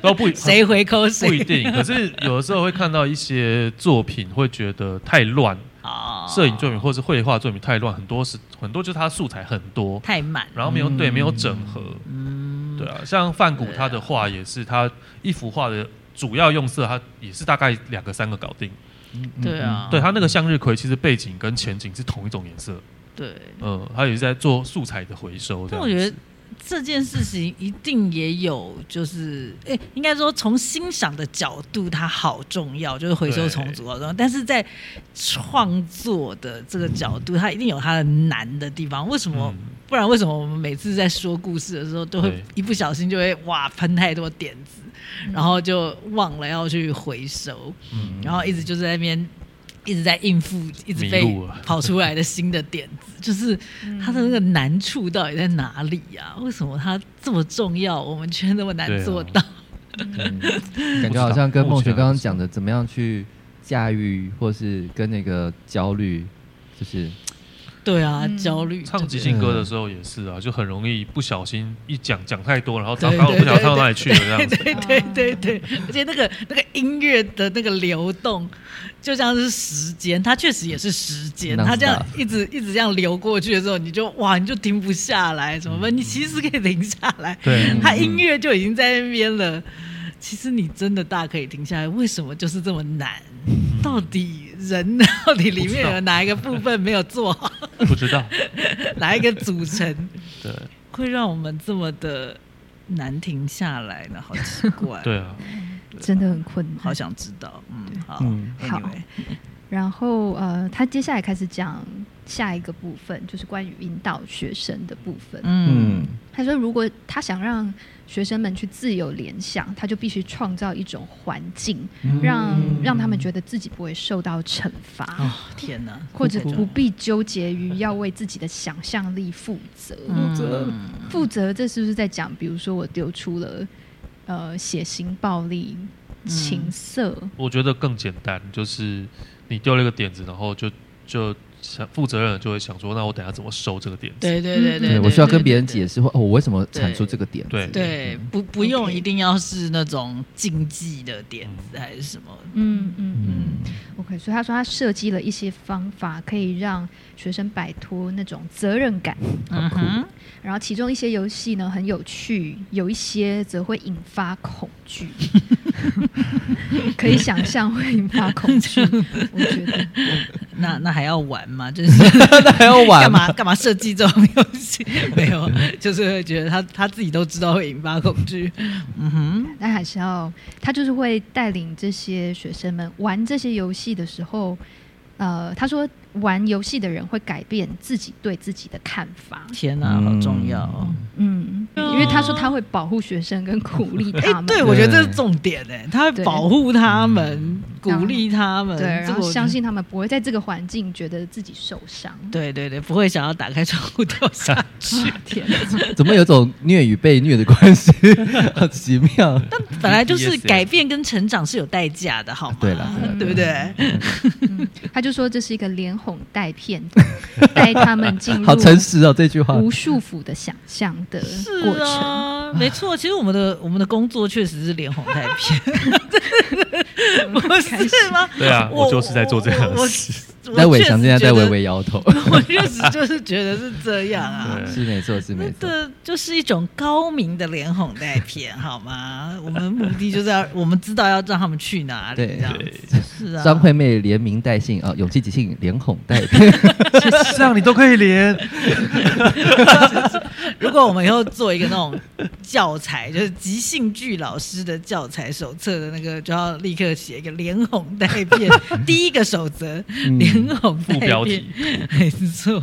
C: 都不
D: 谁回扣谁？
C: 不一 定，可是有的时候会看到一些作品，会觉得太乱，
D: 哦
C: 摄影作品或是绘画作品太乱，很多是很多就是它素材很多，
D: 太满，
C: 然后没有对没有整合，
D: 嗯
C: 对啊，像范谷他的画也是，他一幅画的主要用色，他也是大概两个三个搞定。
A: 嗯
D: 对啊，
C: 嗯对他那个向日葵，其实背景跟前景是同一种颜色，
D: 对。
C: 嗯，他也是在做素材的回收。这
D: 但
C: 样子
D: 我觉得这件事情一定也有，就是诶、应该说从欣赏的角度，它好重要，就是回收
C: 对
D: 重组好重要。但是在创作的这个角度，它一定有它的难的地方。为什么？
C: 嗯
D: 不然为什么我们每次在说故事的时候，都会
C: 对
D: 一不小心就会哇喷太多点子，然后就忘了要去回收，
C: 嗯
D: 然后一直就是在那边。一直在应付，一直被
C: 迷路了
D: 跑出来的新的点子，就是
B: 嗯
D: 它的那个难处到底在哪里呀、为什么它这么重要，我们却那么难
C: 对啊
D: 做到？
A: 嗯感觉好像跟梦雪刚刚讲的，怎么样去驾驭，或是跟那个焦虑，就是
D: 对啊，
B: 嗯
D: 焦虑。
C: 唱即
D: 对
C: 兴歌的时候也是啊，就很容易不小心一讲讲太多，然后唱
D: 对
C: 到
D: 对
C: 不晓得
D: 对
C: 唱到哪里去了这样子。
D: 对对对对，而且那个那个音乐的那个流动，就像是时间，它确实也是时间，它这样
A: Non-stop
D: 一直一直这样流过去的时候，你就哇，你就停不下来，
C: 嗯
D: 怎么办？你其实可以停下来，
C: 对
A: 嗯
D: 它音乐就已经在那边了。其实你真的大可以停下来，为什么就是这么难？到底人到底里面有哪一个部分没有做好，
C: 不知道，
D: 哪一个组成
C: 对
D: 会让我们这么的难停下来呢？好奇怪，
C: 对啊，
B: 真的很困难。
D: 好想知道，嗯，好
A: 嗯
B: 好
D: ，anyway，
B: 然后呃，他接下来开始讲下一个部分，就是关于引导学生的部分。
D: 嗯
A: 嗯，
B: 他说，如果他想让学生们去自由联想，他就必须创造一种环境，让让他们觉得自己不会受到惩罚。
D: 哦，天哪，
B: 或者
D: 太重
B: 啊不必纠结于要为自己的想象力负责。
D: 嗯，
B: 负责，这是不是在讲？比如说，我丢出了呃血腥、暴力、情色，
C: 我觉得更简单，就是你丢了一个点子，然后就就想负责任的就会想说，那我等下怎么收这个点子？
D: 对对对
A: 对
D: 对，
A: 我需要跟别人
D: 对
A: 解释嗯或哦，我为什么产出这个点？
C: 对
D: 对，不不用
B: OK
D: 一定要是那种竞技的点子还是什么，
B: 嗯嗯
A: 嗯，
B: OK，所以他说他设计了一些方法，可以让学生摆脱那种责任感。
A: 好酷
D: 嗯
B: 然后其中一些游戏呢很有趣，有一些则会引发恐 惧，可以想象会引发恐惧。我觉得
D: 那那还要玩吗？ 就是
A: 那还要玩
D: 干嘛干嘛设计这种游戏？ 没有，就是会觉得他他自己都知道会引发恐惧，嗯哼，
B: 那还是要他就是会带领这些学生们玩这些游戏的时候，呃，他说玩游戏的人会改变自己对自己的看法。
D: 天哪，好重要哦。
B: 嗯，因为他说他会保护学生跟鼓励
D: 哎、
B: 他们。
D: 对，我觉得这是重点哎、他会
B: 对
D: 保护他们，鼓励他们，
B: 对，然
D: 这个我觉
B: 后
D: 得
B: 相信他们不会在这个环境觉得自己受伤。
D: 对对对，不会想要打开窗户掉 下去。
B: 天，
A: 怎么有种虐与被虐的关系？ 好奇妙。
D: 本来就是
C: Yes, yes.
D: 改变跟成长是有代价的，好吗？
A: 对啦对啦
D: 对不对？
B: 他就说这是一个连哄带骗， 带他们进入
A: 好诚实哦，这句话。
B: 无束缚的想象的过
D: 是
B: 程。
D: 啊，没错。其实我 们的我们的工作确实是连哄带骗，不是吗？
C: 对啊，
D: 我
C: 我就是在做这样
D: 我
C: 的事。
D: 我
A: 但伟翔现在在微，
D: 确
A: 微摇头。
D: 实觉得 我确实就是觉得是这样啊。
C: 对
A: 是没错，是没错。
D: 这就是一种高明的连哄带骗，好吗？我们目的就是要，我们知道要让他们去哪里，
A: 对
D: 这样
C: 对，
D: 子是啊。
A: 张惠妹连名带姓啊，勇气即兴连哄 带骗。
C: 这样你都可以连。
D: 如果我们以后做一个那种教材，就是即兴剧老师的教材手册的那个，就要立刻写一个连哄带 骗。第一个守则，
A: 嗯
D: 连哄带
C: 嗯副标
D: 骗
C: 题，
D: 没错。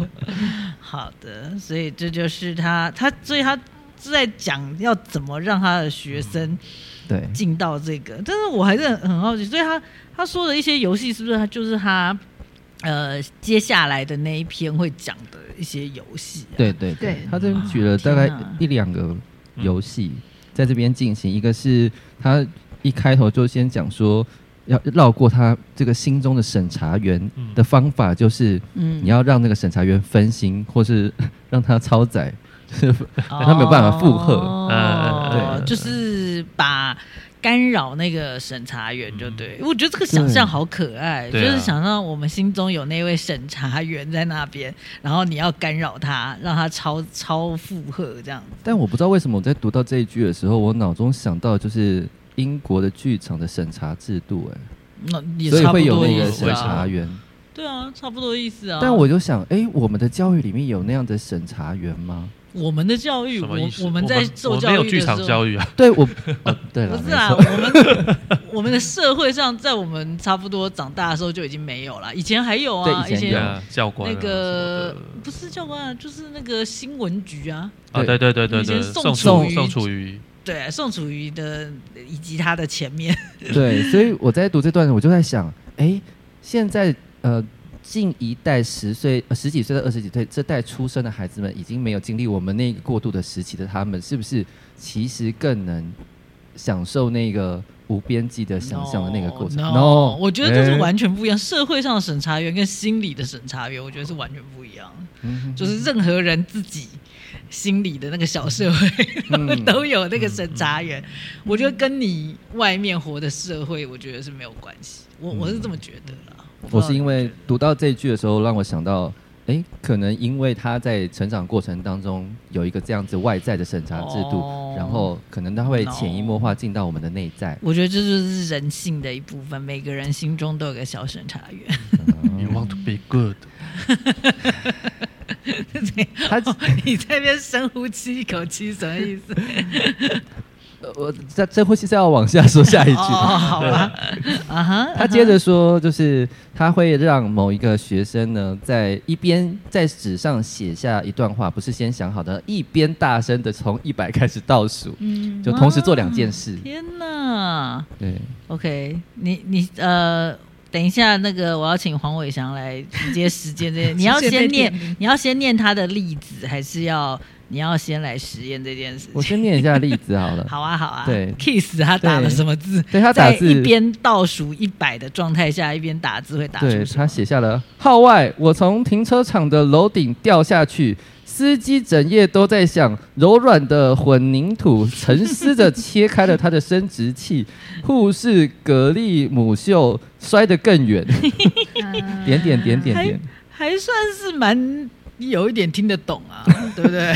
D: 好的，所以这就是他，他所以他是在讲要怎么让他的学生
A: 对，
C: 嗯
D: 进到这个，但是我还是很很好奇，所以他他说的一些游戏是不是他就是他呃接下来的那一篇会讲的一些游戏、啊？
A: 对对
B: 对
A: 他这边举了大
D: 天
A: 概
D: 哪
A: 一两个游戏，在这边进行。一个是他一开头就先讲说，要绕过他这个心中的审查员
C: 嗯
A: 的方法，就是
D: 嗯
A: 你要让那个审查员分心，或是 让他超载， 就是
D: 他
A: 没有办法负荷
D: 哦，
C: 对
D: 就是把干扰那个审查员就对。
A: 嗯
D: 我觉得这个想象好可爱，就
C: 对啊
D: 是想让我们心中有那位审查员在那边，然后你要干扰他，让他超超负荷这样子。
A: 但我不知道为什么我在读到这一句的时候，我脑中想到就是英国的剧场的审查制度、
D: 那
A: 哎，
D: 也
A: 所以
D: 差不
A: 会有
D: 多
A: 那
D: 意
A: 个
D: 思
A: 审查
D: 啊。
A: 员。
D: 对啊，差不多意思啊。
A: 但我就想，哎、我们的教育里面有那样的审查员吗？
D: 我们的教育，
C: 什么
D: 我
C: 意思？
D: 们在
C: 我
D: 受
C: 们
D: 教
C: 没有
D: 育
C: 剧
D: 的时
C: 场
D: 候，
C: 教育啊，
A: 对我，哦、对了，
D: 不
A: 没
D: 是啊，
A: 错，
D: 我们我们的社会上，在我们差不多长大的时候就已经没有了，以前还有啊，
A: 对以前有
C: 对啊，教官啊
D: 那个
C: 什么
D: 不是教官啊，就是那个新闻局啊，
C: 的啊，对对对对
D: 以前
C: 对，宋
D: 宋楚
C: 楚
D: 瑜
C: 宋楚瑜，
D: 对，宋楚瑜的以及他的前面，
A: 对，所以我在读这段，我就在想，哎、现在呃，近一代十岁、呃、十几岁到二十几岁这代出生的孩子们，已经没有经历我们那个过渡的时期的他们，是不是其实更能享受那个无边际的 想象的那个过程
D: No，
A: No，
D: 我觉得这是
A: 哎
D: 完全不一样。社会上的审查员跟心理的审查员，我觉得是完全不一样。
A: 嗯哼
D: 就是任何人自己心里的那个小社会，他们
A: 嗯
D: 都有那个审查员。我觉得跟你外面活的社会，我觉得是没有关系。我
A: 嗯
D: 我是这么觉得啦。不
A: 我
D: 知道
A: 是因
D: 你
A: 为
D: 觉
A: 读到这一句的时候，让我想到，哎、可能因为他在成长过程当中有一个这样子外在的审查制度，
D: 哦
A: 然后可能他会潜移默化进到我们的内在
D: 得。我觉得这就是人性的一部分，每个人心中都有个小审查 员。
C: You want to be good，
A: 他
D: 你在那边深呼吸一口气，什么意 思？
A: 呃我这这呼吸是要往下说下一句
D: 哦，好吧，啊哈，
A: 他接着说，就是他会让某一个学生呢，在一边在纸上写下一段话，不是先想好的，一边大声的从一百开始倒数，
B: 嗯，
A: 就同时做两件事。
D: 天哪
A: 对，
D: ！OK，你你呃，等一下，那个我要请黄伟翔来直接实践 这件。你要先念，你要先念他的例子，还是要你要先来实验这件事
A: 我
D: 情？
A: 先念一下例子好了。
D: 好啊，好啊。
A: 对
D: ，kiss 他打了什么字？
A: 对他打
D: 在
A: 字
D: 一边倒数一百的状态下，一边打字会打出
A: 对
D: 什么
A: 他写下了“号外”，我从停车场的楼顶掉下去，司机整夜都在想，柔软的混凝土沉思着切开了他的生殖器，护士格力母袖摔得更 远，
B: 嗯
A: 点点点点
D: 哎
A: 点，
D: 还算是蛮有一点听得懂啊，对 不对？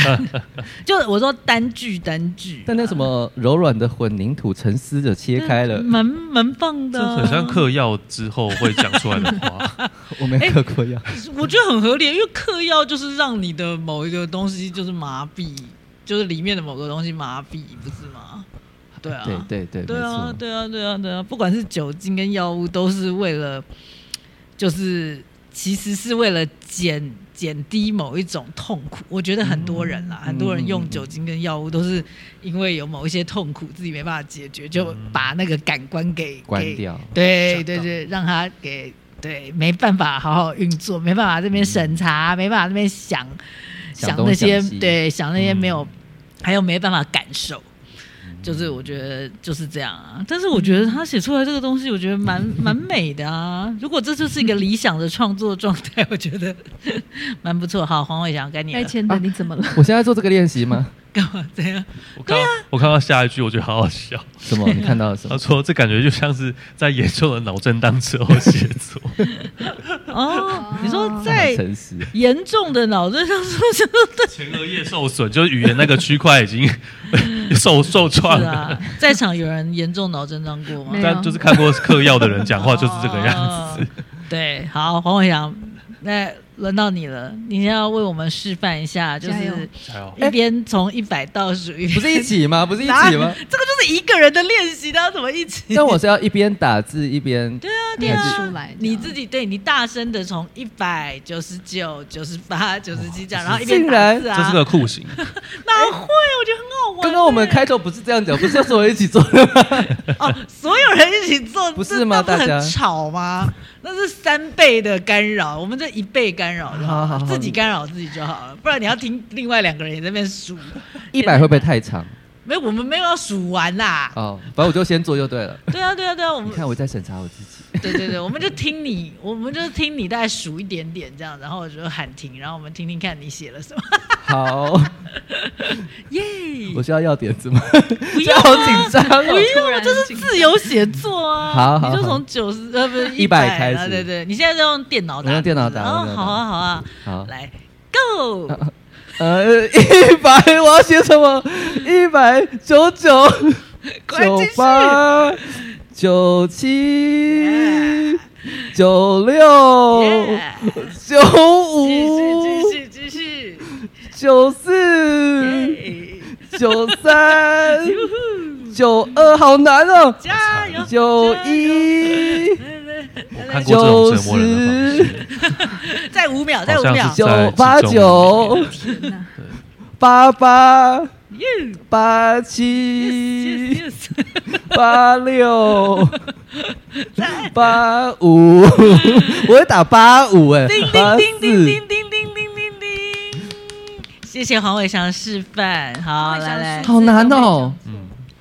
D: 就我说单句单句啊，
A: 但那什么柔软的混凝土沉思着切开了
D: 对，嗯蛮蛮棒的
C: 这
D: 啊、
C: 很像嗑药之后会讲出来的 话。
A: 我没有嗑过药，
D: 我觉得很合理，因为嗑药就是让你的某一个东西就是麻痹，就是里面的某个东西麻痹，不是吗？对啊，
A: 对对对，
D: 对
A: 没
D: 啊
A: 错，，
D: 对啊，对啊，对啊，不管是酒精跟药物，都是为了，就是其实是为了减减低某一种痛苦。我觉得很多人
A: 嗯
D: 啦，很多人用酒精跟药物都是因为有某一些痛苦自己没办法解决，就把那个感官给
A: 嗯关。
D: 给
A: 掉。
D: 对
C: 吓
D: 对
C: 到
D: 对，让他给对没办法好好运作，没办法这边审查，没办法那边想
A: 嗯想东
D: 那些
A: 想西
D: 对想那些没有
C: 嗯，
D: 还有没办法感受。
A: 嗯
D: 就是我觉得就是这样啊，但是我觉得他写出来这个东西，我觉得蛮
A: 嗯
D: 蛮美的啊。如果这就是一个理想的创作状态，我觉得 蛮不错。好，黄伟翔，该你
B: 该
D: 了。
B: 签的你怎么 了？
A: 我现在做这个练习吗？
D: 干嘛这样？
C: 我看到、
D: 啊
C: 我看到下一句，我觉得好好笑。
A: 什么？你看到了 什
C: 他
A: 么？
C: 说这感觉就像是在严重的脑震荡之后写 作。
D: 哦，你说
A: 很
D: 在
A: 诚实。
D: 严重的脑震荡中，
C: 前额叶受损，就是语言那个区块已经 受受创
D: 是
C: 了。
D: 啊，在场有人严重脑震荡过吗？
B: 没有
C: 但就是看过嗑药的人讲话就是这个样子。
D: 哦。对，好，黄伟翔，那轮到你了，你先要为我们示范一下，就
B: 加油
D: 是
C: 还好
D: 一边从一百倒数，一
A: 哎不
D: 边
A: 是一起吗？不是一
D: 哪
A: 起吗？
D: 这个就是一个人的练习，他怎么一 起？
A: 但我是要一边打字一边
D: 对啊，对
B: 念
D: 啊，
B: 出来，
D: 你自己对你大声的从一百九十九、九十八、九十七这样，然后一
A: 竟
D: 边打
A: 然
D: 字
C: 这
D: 啊，
C: 是个酷刑，
D: 哪会？我觉得很好玩欸。
A: 刚刚我们开头不是这样 讲，不是要说我一起做的 吗？
D: 哦，所有人一起做，
A: 不
D: 这
A: 是吗
D: 那不
A: 大家
D: 很吵吗？那是三倍的干扰，我们这一倍干扰就好了，
A: 好好好
D: 自己干扰自己就好了，不然你要听另外两个人也在那边数，
A: 一百会不会太长？
D: 没有，我们没有要数完啦。
A: 哦，反正我就先做就对了。
D: 对啊，对啊，对啊，我
A: 你
D: 们
A: 看我在审查我自己。
D: 对对对，我们就听你，我们就听你大概数一点点这样，然后我就喊停，然后我们听听看你写了什么。
A: 好，
D: 耶！
A: 我需要要点子吗？
D: 不
A: 这
D: 要
A: 样
D: 啊
A: 好紧张
D: 不
A: 哦。
B: 突
D: 用，
B: 然
D: 这啊是
B: 紧
D: 自由写作 啊。
A: 好好
D: 你就
A: 好
D: 从九十呃 不是
A: 100
D: 百
A: 开始
D: 对对，你现在在用电脑打字，
A: 我用电脑打我用
D: 哦，
A: 电脑
D: 好啊好啊，
A: 好，
D: 来 go，
A: 呃，一百，我要写什么？一百九九
D: 快
A: 九
D: 继续
A: 八九七
D: Yeah
A: 九六
D: Yeah
A: 九
D: 继
A: 五
D: 续继续继续
A: 九 四
D: 耶，
A: 九 三九二，好难哦！
D: 加油！
A: 九
D: 加油
A: 一
C: 我看过这种折磨人
A: 九
C: 的方式，
D: 再五秒，再五
C: 好
D: 秒
C: 像是，
A: 九
C: 在
A: 八
C: 集中
A: 九
B: 天哪！
A: 八八
D: 耶
A: 八
D: yes
A: 七
D: yes，
A: 八六
D: 来
A: 八 五，我会打八五哎
D: 叮，
A: 八
D: 叮叮叮
A: 四
D: 叮叮叮叮叮叮。谢谢黄伟翔示范，好
B: 黄伟翔
D: 来来
B: 示，
A: 好难哦。
C: 嗯，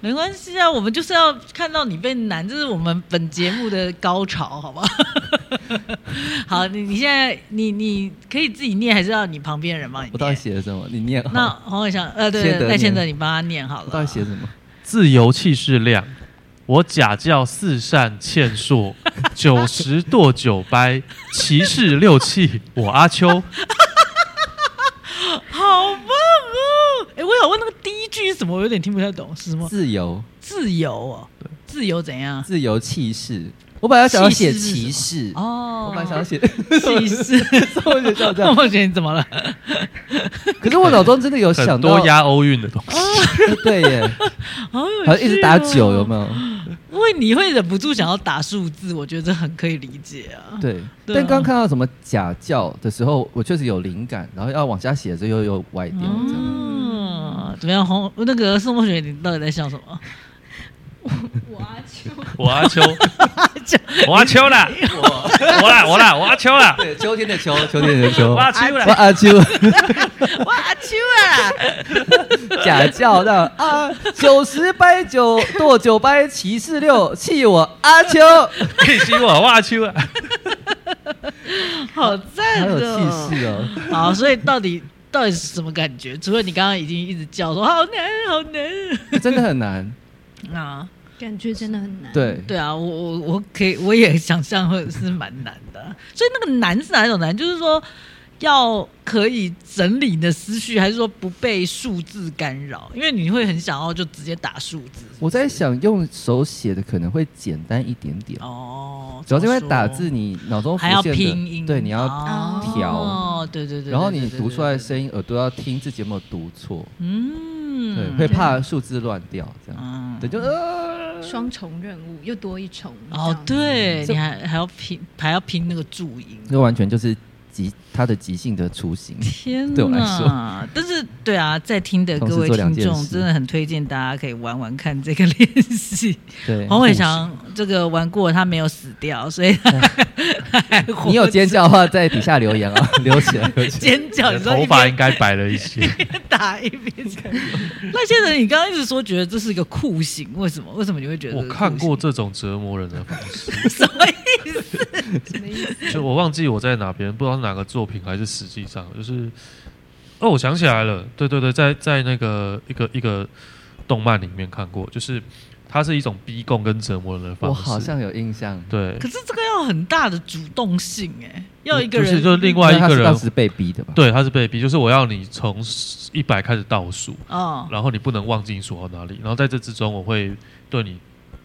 D: 没关系啊，我们就是要看到你被难，这是我们本节目的高潮，好吗？ 好，你你现在你你可以自己念，还是要你旁边人帮你
A: 我到底
D: 念？
A: 写了什么？你念好。
D: 那黄伟翔，呃，对
A: 先
D: 对，
A: 得
D: 赖先
A: 念
D: 德，你帮他念好
A: 我到
D: 了
A: 底。写什么？
C: 自由气势亮。我假教四善欠硕，九十剁九掰，骑士六气，我阿秋。
D: 好棒哦！哎，我想问那个第一句是什么？我有点听不太懂，是什么？
A: 自由，
D: 自由哦，自由怎样？
A: 自由气势。我本来想要写骑
D: 气势
A: 士，
D: 哦
A: 我本来想要写，
D: 气势。
A: 我就笑这
D: 那
A: 样。
D: 梦姐你怎么了？
A: 可是我脑中真的有
C: 很
A: 想到呃
C: 多，押欧运的东西，
A: 对耶，
D: 好有
A: 好像一直打
D: 趣哦
A: 九有没有？
D: 因为你会忍不住想要打数字，我觉得这很可以理解啊。
A: 对，
D: 对
A: 但
D: 啊
A: 刚看到什么假教的时候，我确实有灵感，然后要往下写的时候又有歪掉，这样
D: 嗯，怎么样？红那个宋梦雪，你到底在笑什 么？
B: 我阿秋，
C: 我阿秋， 我阿秋啦，我我啦我啦我阿秋啦，
A: 对，秋天的秋，秋天的秋
C: 我，阿秋
A: 我
C: 啦，
A: 阿秋
D: 哇，秋 啊！
A: 假教的啊，九十掰九剁九掰七四六，气我阿秋，
C: 可以我我阿秋啊，
D: 好
A: 好
D: 赞
A: 有
D: 哦！
A: 气势哦。
D: 好，所以到底到底是什么感觉？除了你刚刚已经一直叫说好难好难
A: 真的很难，
D: 啊，
B: 感觉真的很难。，
A: 对，
D: 对啊，我我我可以我也想象会是蛮难的啊。所以那个难是哪一种难？就是说要可以整理你的思绪，还是说不被数字干扰？因为你会很想要就直接打数字。
A: 我在想用手写的可能会简单一点点，
D: 哦，
A: 主要是因为
D: 怎么说
A: 打字你脑中浮
D: 还要
A: 现的
D: 拼音，
A: 对，你要调
D: 哦，对对对，
A: 然后
D: 对
A: 你读出来的，
D: 对对对对
A: 声音，耳朵要听自己有没有读错，对，
D: 嗯，
A: 会怕数字乱掉这样，
D: 嗯
A: 对，就呃，
B: 双重任务又多一重。
D: 哦，
B: 这样子，
D: 对，
A: 这
D: 你还还要拼，还要拼那个注音，
A: 这完全就是即他的即兴的雏 形。
D: 天
A: 对我来
D: 呐！但是对啊，在听的各
A: 同时
D: 位
A: 做两
D: 听
A: 件
D: 众，
A: 事
D: 真的很推荐大家可以玩玩看这个练习。
A: 对，
D: 黄伟翔这个玩过，他没有死掉，所以他他还活 着
A: 你有尖叫的话，在底下留言 啊，留起来，留起来。
D: 尖叫，
C: 你
D: 你
C: 的
D: 说一
C: 头
D: 边
C: 发应该白了一些，
D: 打 一边讲。那先生，你刚刚一直说觉得这是一个酷刑，为什么？为什么你会觉得
C: 我
D: 这是酷刑
C: 看过这种折磨人的方式，
D: 什么意思？
B: 什么意思？
C: 就我忘记我在哪边，不知道是哪个作品还是实际上，就是哦，我想起来了，对对对，在在那个一个一个动漫里面看过，就是它是一种逼供跟折磨人的方
A: 我
C: 式，
A: 好像有印象，
C: 对
D: 可，是这个要很大的主动性哎、要一个人
C: 嗯就是就是另外一
A: 那他
C: 个
A: 是
C: 人
A: 当，时被逼的吧？
C: 对，他是被逼，就是我要你从一百开始倒数，
D: 哦
C: 然后你不能忘记你数到哪里，然后在这之中我会对你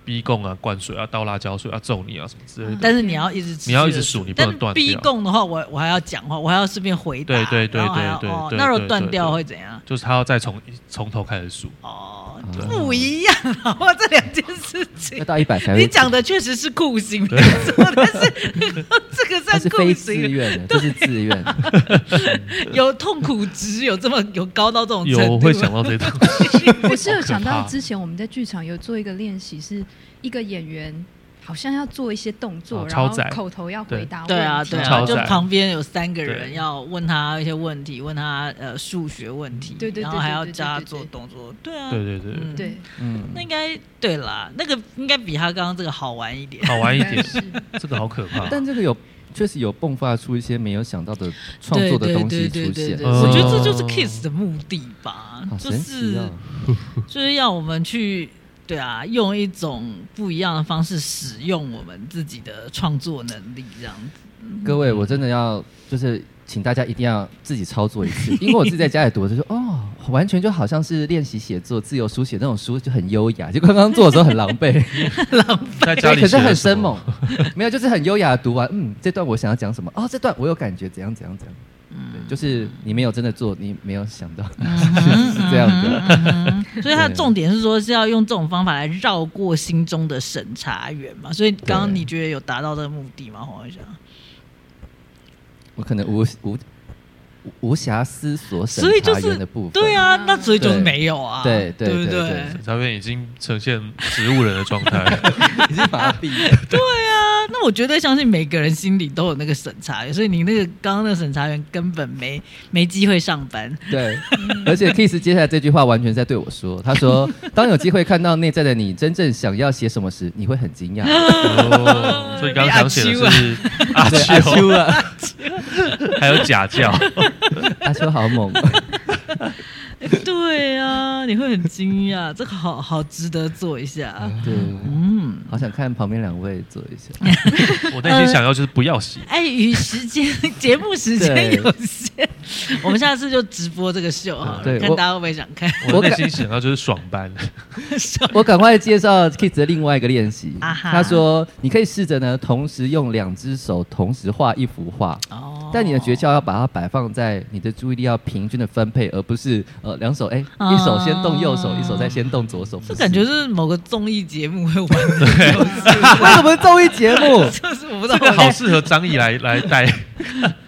C: 逼供啊、灌水啊、倒辣椒水啊、揍你啊什么之类的。
D: 但是你要一直持续
C: 你要一直
D: 地
C: 数你不
D: 但
C: 能断掉
D: 逼供的话，我我还要讲话，我还要顺便回答。
C: 对对对
D: 然后还要
C: 对对
D: 哦
C: 对
D: 那如果
C: 对
D: 断
C: 对
D: 掉
C: 对
D: 会怎样？
C: 就是他要再从从头开始数，
D: 哦，
A: 对
D: 不一样啊！哇，这两件事
A: 要
D: 情。
A: 到一百才会。
D: 你讲的确实是酷刑，没错，但是 这个
A: 他
D: 算
A: 是
D: 酷
A: 非自
D: 刑，
A: 愿的，这是自愿。
D: 有痛苦值有这么有高到这种程度吗？
C: 有会想到这种，
B: 我是有想
C: 好可
B: 到
C: 怕
B: 之前我们在剧场有做一个练习，是一个演员好像要做一些动作，
C: 啊
B: 然
C: 超
B: 后
C: 载
B: 口头要回答问题。
D: 对啊，对啊，
C: 超
D: 就
C: 载
D: 旁边有三个人
C: 对
D: 要问他一些问题，问他呃数学问题，
B: 对对对
D: 然后还要
B: 对对对
D: 教他
B: 对对
D: 做动作，对啊，
C: 对对对，
D: 嗯
B: 对，
A: 嗯，
D: 那应该对啦，那个应该比他刚刚这个好玩一点。
C: 好玩一
B: 应该
C: 点，
B: 是
C: 这个好可怕。
A: 但这个有确实有迸发出一些没有想到的创作的东西出现，
C: 对
D: 我觉得这
C: 哦
D: 就是 Kiss 的目的吧，
A: 好
D: 就
A: 神奇
D: 是、
A: 哦！
D: 就是要我们去对啊，用一种不一样的方式使用我们自己的创作能力，这样子。
A: 各位，我真的要就是请大家一定要自己操作一次，因为我自己在家里读的时候，哦，完全就好像是练习写作、自由书写那种书，就很优雅。就刚刚做的时候很狼狈，
C: 在家里
A: 哎可是
C: 写了
A: 很
C: 什
A: 生
C: 么
A: 猛，没有，就是很优雅的读完。嗯，这段我想要讲什么？哦，这段我有感觉，怎样怎样怎样。
D: 嗯
A: 对，就是你没有真的做，你没有想到
D: 嗯
A: 是是这样的。
D: 所以它的
A: 对
D: 重点是说是要用这种方法来绕过心中的审查员嘛。所以刚刚
A: 对
D: 你觉得有达到这个目的吗？黄文翔，
A: 我可能无无无暇思索审
D: 所以就
A: 查员
D: 是
A: 的部分，
D: 对啊，那所以就是
A: 对
D: 没有啊，
A: 对对
D: 对不
A: 对
D: 对
A: 对
C: 查院已经呈现植物人的状态，
A: 已经麻痹了。
D: 啊那我绝对相信每个人心里都有那个审查员，所以你那个刚刚那个审查员根本没没机会上 班。
A: 对，而且 Kiss 接下来这句话完全在对我说，他说：“当有机会看到内在的你真正想要写什么时，你会很惊讶。
C: 哦所以刚刚想写的是 阿
A: 对”阿
C: 秋，
A: 秋啊，
C: 还有假教，
A: 阿秋好猛，
D: 对啊，你会很惊讶，这个好好值得做一下。啊
A: 对，
D: 嗯，
A: 好想看旁边两位做一下。
C: 我内心想要就是不要写，
D: 碍于哎时间节目时间
A: 对
D: 有限，我们下次就直播这个秀好了，
A: 对
D: 看
A: 我
D: 大家会不会想看。
C: 我内心想要就是爽班，
A: 我赶快介绍 Kiss 的另外一个练习。
D: 啊哈
A: 他说：“你可以试着呢，同时用两只手同时画一幅画。”
D: 哦
A: 但你的诀窍要把它摆放在你的注意力要平均的分配，而不是呃两手哎、
D: 啊
A: 一手先动右手，一手再先动左手。
D: 这
A: 不
D: 感觉
A: 是
D: 是某个综艺节目会玩的 游戏，
A: 为什么综艺节目？
D: 就是我不知
C: 这
D: 道。
C: 个好适合张毅来来带，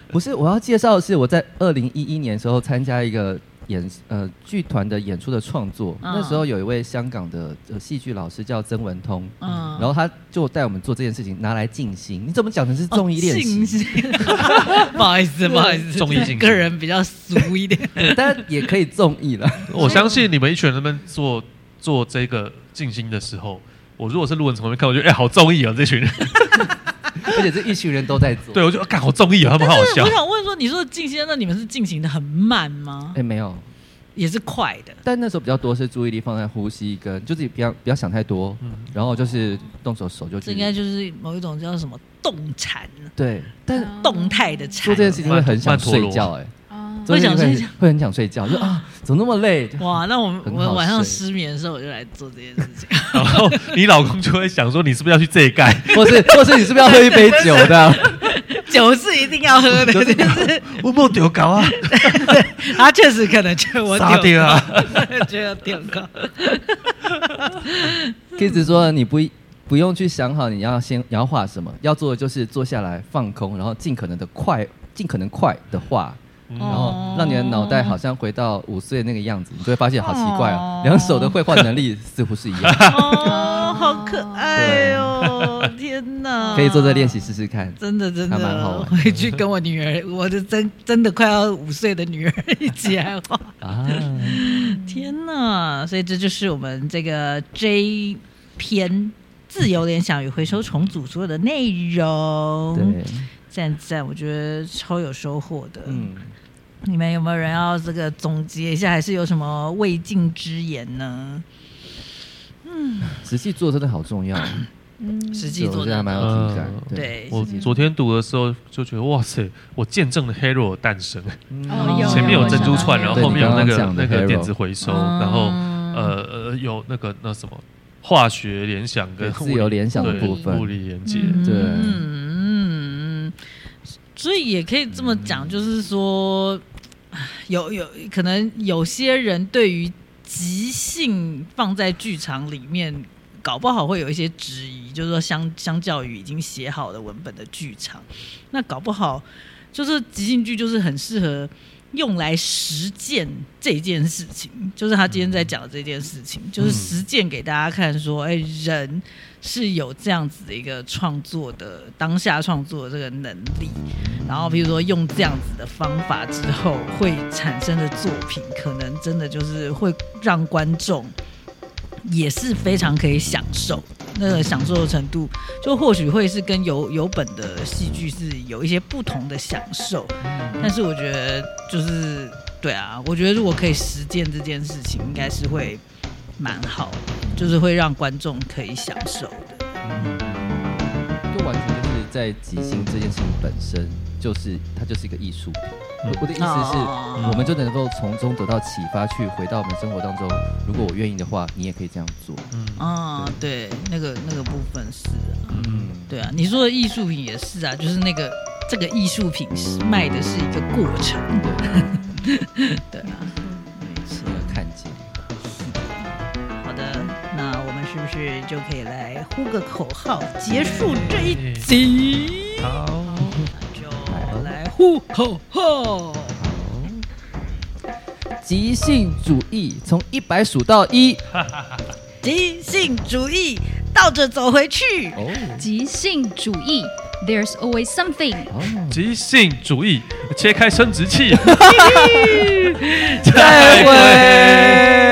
A: 不是，我要介绍的是我在二零一一年的时候参加一个演呃剧团的演出的创作，
D: 嗯
A: 那时候有一位香港的呃戏剧老师叫曾文通，
D: 嗯
A: 然后他就带我们做这件事情，拿来静心。你怎么讲成是综艺练
D: 哦
A: 习？
D: 静心不好意思，不好意思，
C: 综艺静心
D: 个人比较俗一点。
A: 但也可以综艺 了。
C: 我相信你们一群人们做做这个静心的时候。我如果是路人从面看，我觉得哎、好综艺啊，这群人，
A: 而且这一群人都在做。
C: 对，我就干好综艺啊，他们好好
D: 但是
C: 笑
D: 我，想问说，你说的静心，那你们是进行的很慢吗
A: 哎、？没有，
D: 也是快的。
A: 但那时候比较多是注意力放在呼吸跟，就是不要不要想太多，
C: 嗯
A: 然后就是动手手就去
D: 这应该就是某一种叫什么动禅，
A: 对。但
B: 嗯
D: 动态的
A: 做
D: 禅
A: 这。件事情会很想睡觉、哎，
B: 啊，
A: 做这件事情
D: 会想睡
A: 会很想睡觉，就 啊怎么那么累？就
D: 哇，那我们
A: 很好
D: 我晚上
A: 睡
D: 失眠的时候，我就来做这件事情。
C: 然后你老公就会想说，你是不是要去这一盖？
A: 或是或是你是不是要喝一杯酒 的？
D: 酒是一定要喝 的，
A: 酒是一定
D: 就
A: 要
D: 是
C: 我没有丢搞啊，
D: 他确实可能觉得我
C: 傻
D: 丢
C: 屌啊！
D: 高， 觉得丢高。
A: k i s 说你不不用去想好你要先你要画什么，要做的就是坐下来放空，然后尽可能的快，尽可能快的画。
C: 嗯
A: 然后让你的脑袋好像回到五岁那个样子，你就会发现好奇怪哦，两手的绘画能力似乎 是一样，
C: 啊
D: 哦，好可爱哦！天哪，
A: 可以做这练习试试看。
D: 真的真
A: 还蛮好
D: 的
A: 玩，
D: 回去跟我女儿，我的真真的快要五岁的女儿一起来 画。
A: 啊，
D: 天呐！所以这就是我们这个 J 篇自由联想与回收重组所有的内容。
A: 对，
D: 赞赞，我觉得超有收获的。
A: 嗯，
D: 你们有没有人要这个总结一下，还是有什么未尽之言呢？
A: 实际做真的好重要，
D: 实际
A: 对我
D: 做
A: 觉得还
D: 的
A: 蛮有进
C: 嗯
A: 展。
D: 对，
C: 我昨天读的时候就觉得，哇塞，我见证了 Hero 的诞生。
A: 嗯
B: 哦有
C: 前面有
B: 我
C: 珍珠
B: 想到
C: 串，
B: 那
C: 然
B: 个
C: 后后面有哦那
A: 对你刚
C: 个
A: 刚讲的
C: 那个
A: Hero
C: 电子回收，然后呃呃有那个那什么化学联想跟
A: 对自由联想的
C: 对
A: 部
C: 物
A: 分，
C: 理连接。
A: 对
D: 嗯，嗯所以也可以这么讲，就是说，有有可能有些人对于即兴放在剧场里面，搞不好会有一些质疑，就是说相相较于已经写好的文本的剧场，那搞不好就是即兴剧就是很适合。用来实践这件事情，就是他今天在讲的这件事情，就是实践给大家看说，哎，人是有这样子的一个创作的当下创作的这个能力，然后比如说用这样子的方法之后会产生的作品，可能真的就是会让观众也是非常可以享受。那个享受的程度，就或许会是跟有有本的戏剧是有一些不同的享受，但是我觉得就是对啊，我觉得如果可以实践这件事情，应该是会蛮好的，就是会让观众可以享受的。
C: 嗯
A: 就完全就是在即兴这件事情本身，就是它就是一个艺术品。
C: 嗯
A: 我我的意思是，
D: 哦
A: 我们就能够从中得到启发，去回到我们生活当中。如果我愿意的话，你也可以这样做。
C: 嗯
D: 啊，对，那个那个部分是啊，
C: 嗯，
D: 对啊，你说的艺术品也是啊，就是那个这个艺术品是卖的是一个过程，对啊，没错。
A: 我有看见。
D: 好的，那我们是不是就可以来呼个口号，结束这一
A: 嗯
D: 集？
C: 好。
D: 那就来呼口号。
A: 即兴主义，从一百数到一。
D: 即兴主义，倒着走回去。
A: 哦
B: 即兴主义，There's always something。
A: 哦，
C: 即兴主义，切开生殖器。
A: 再会。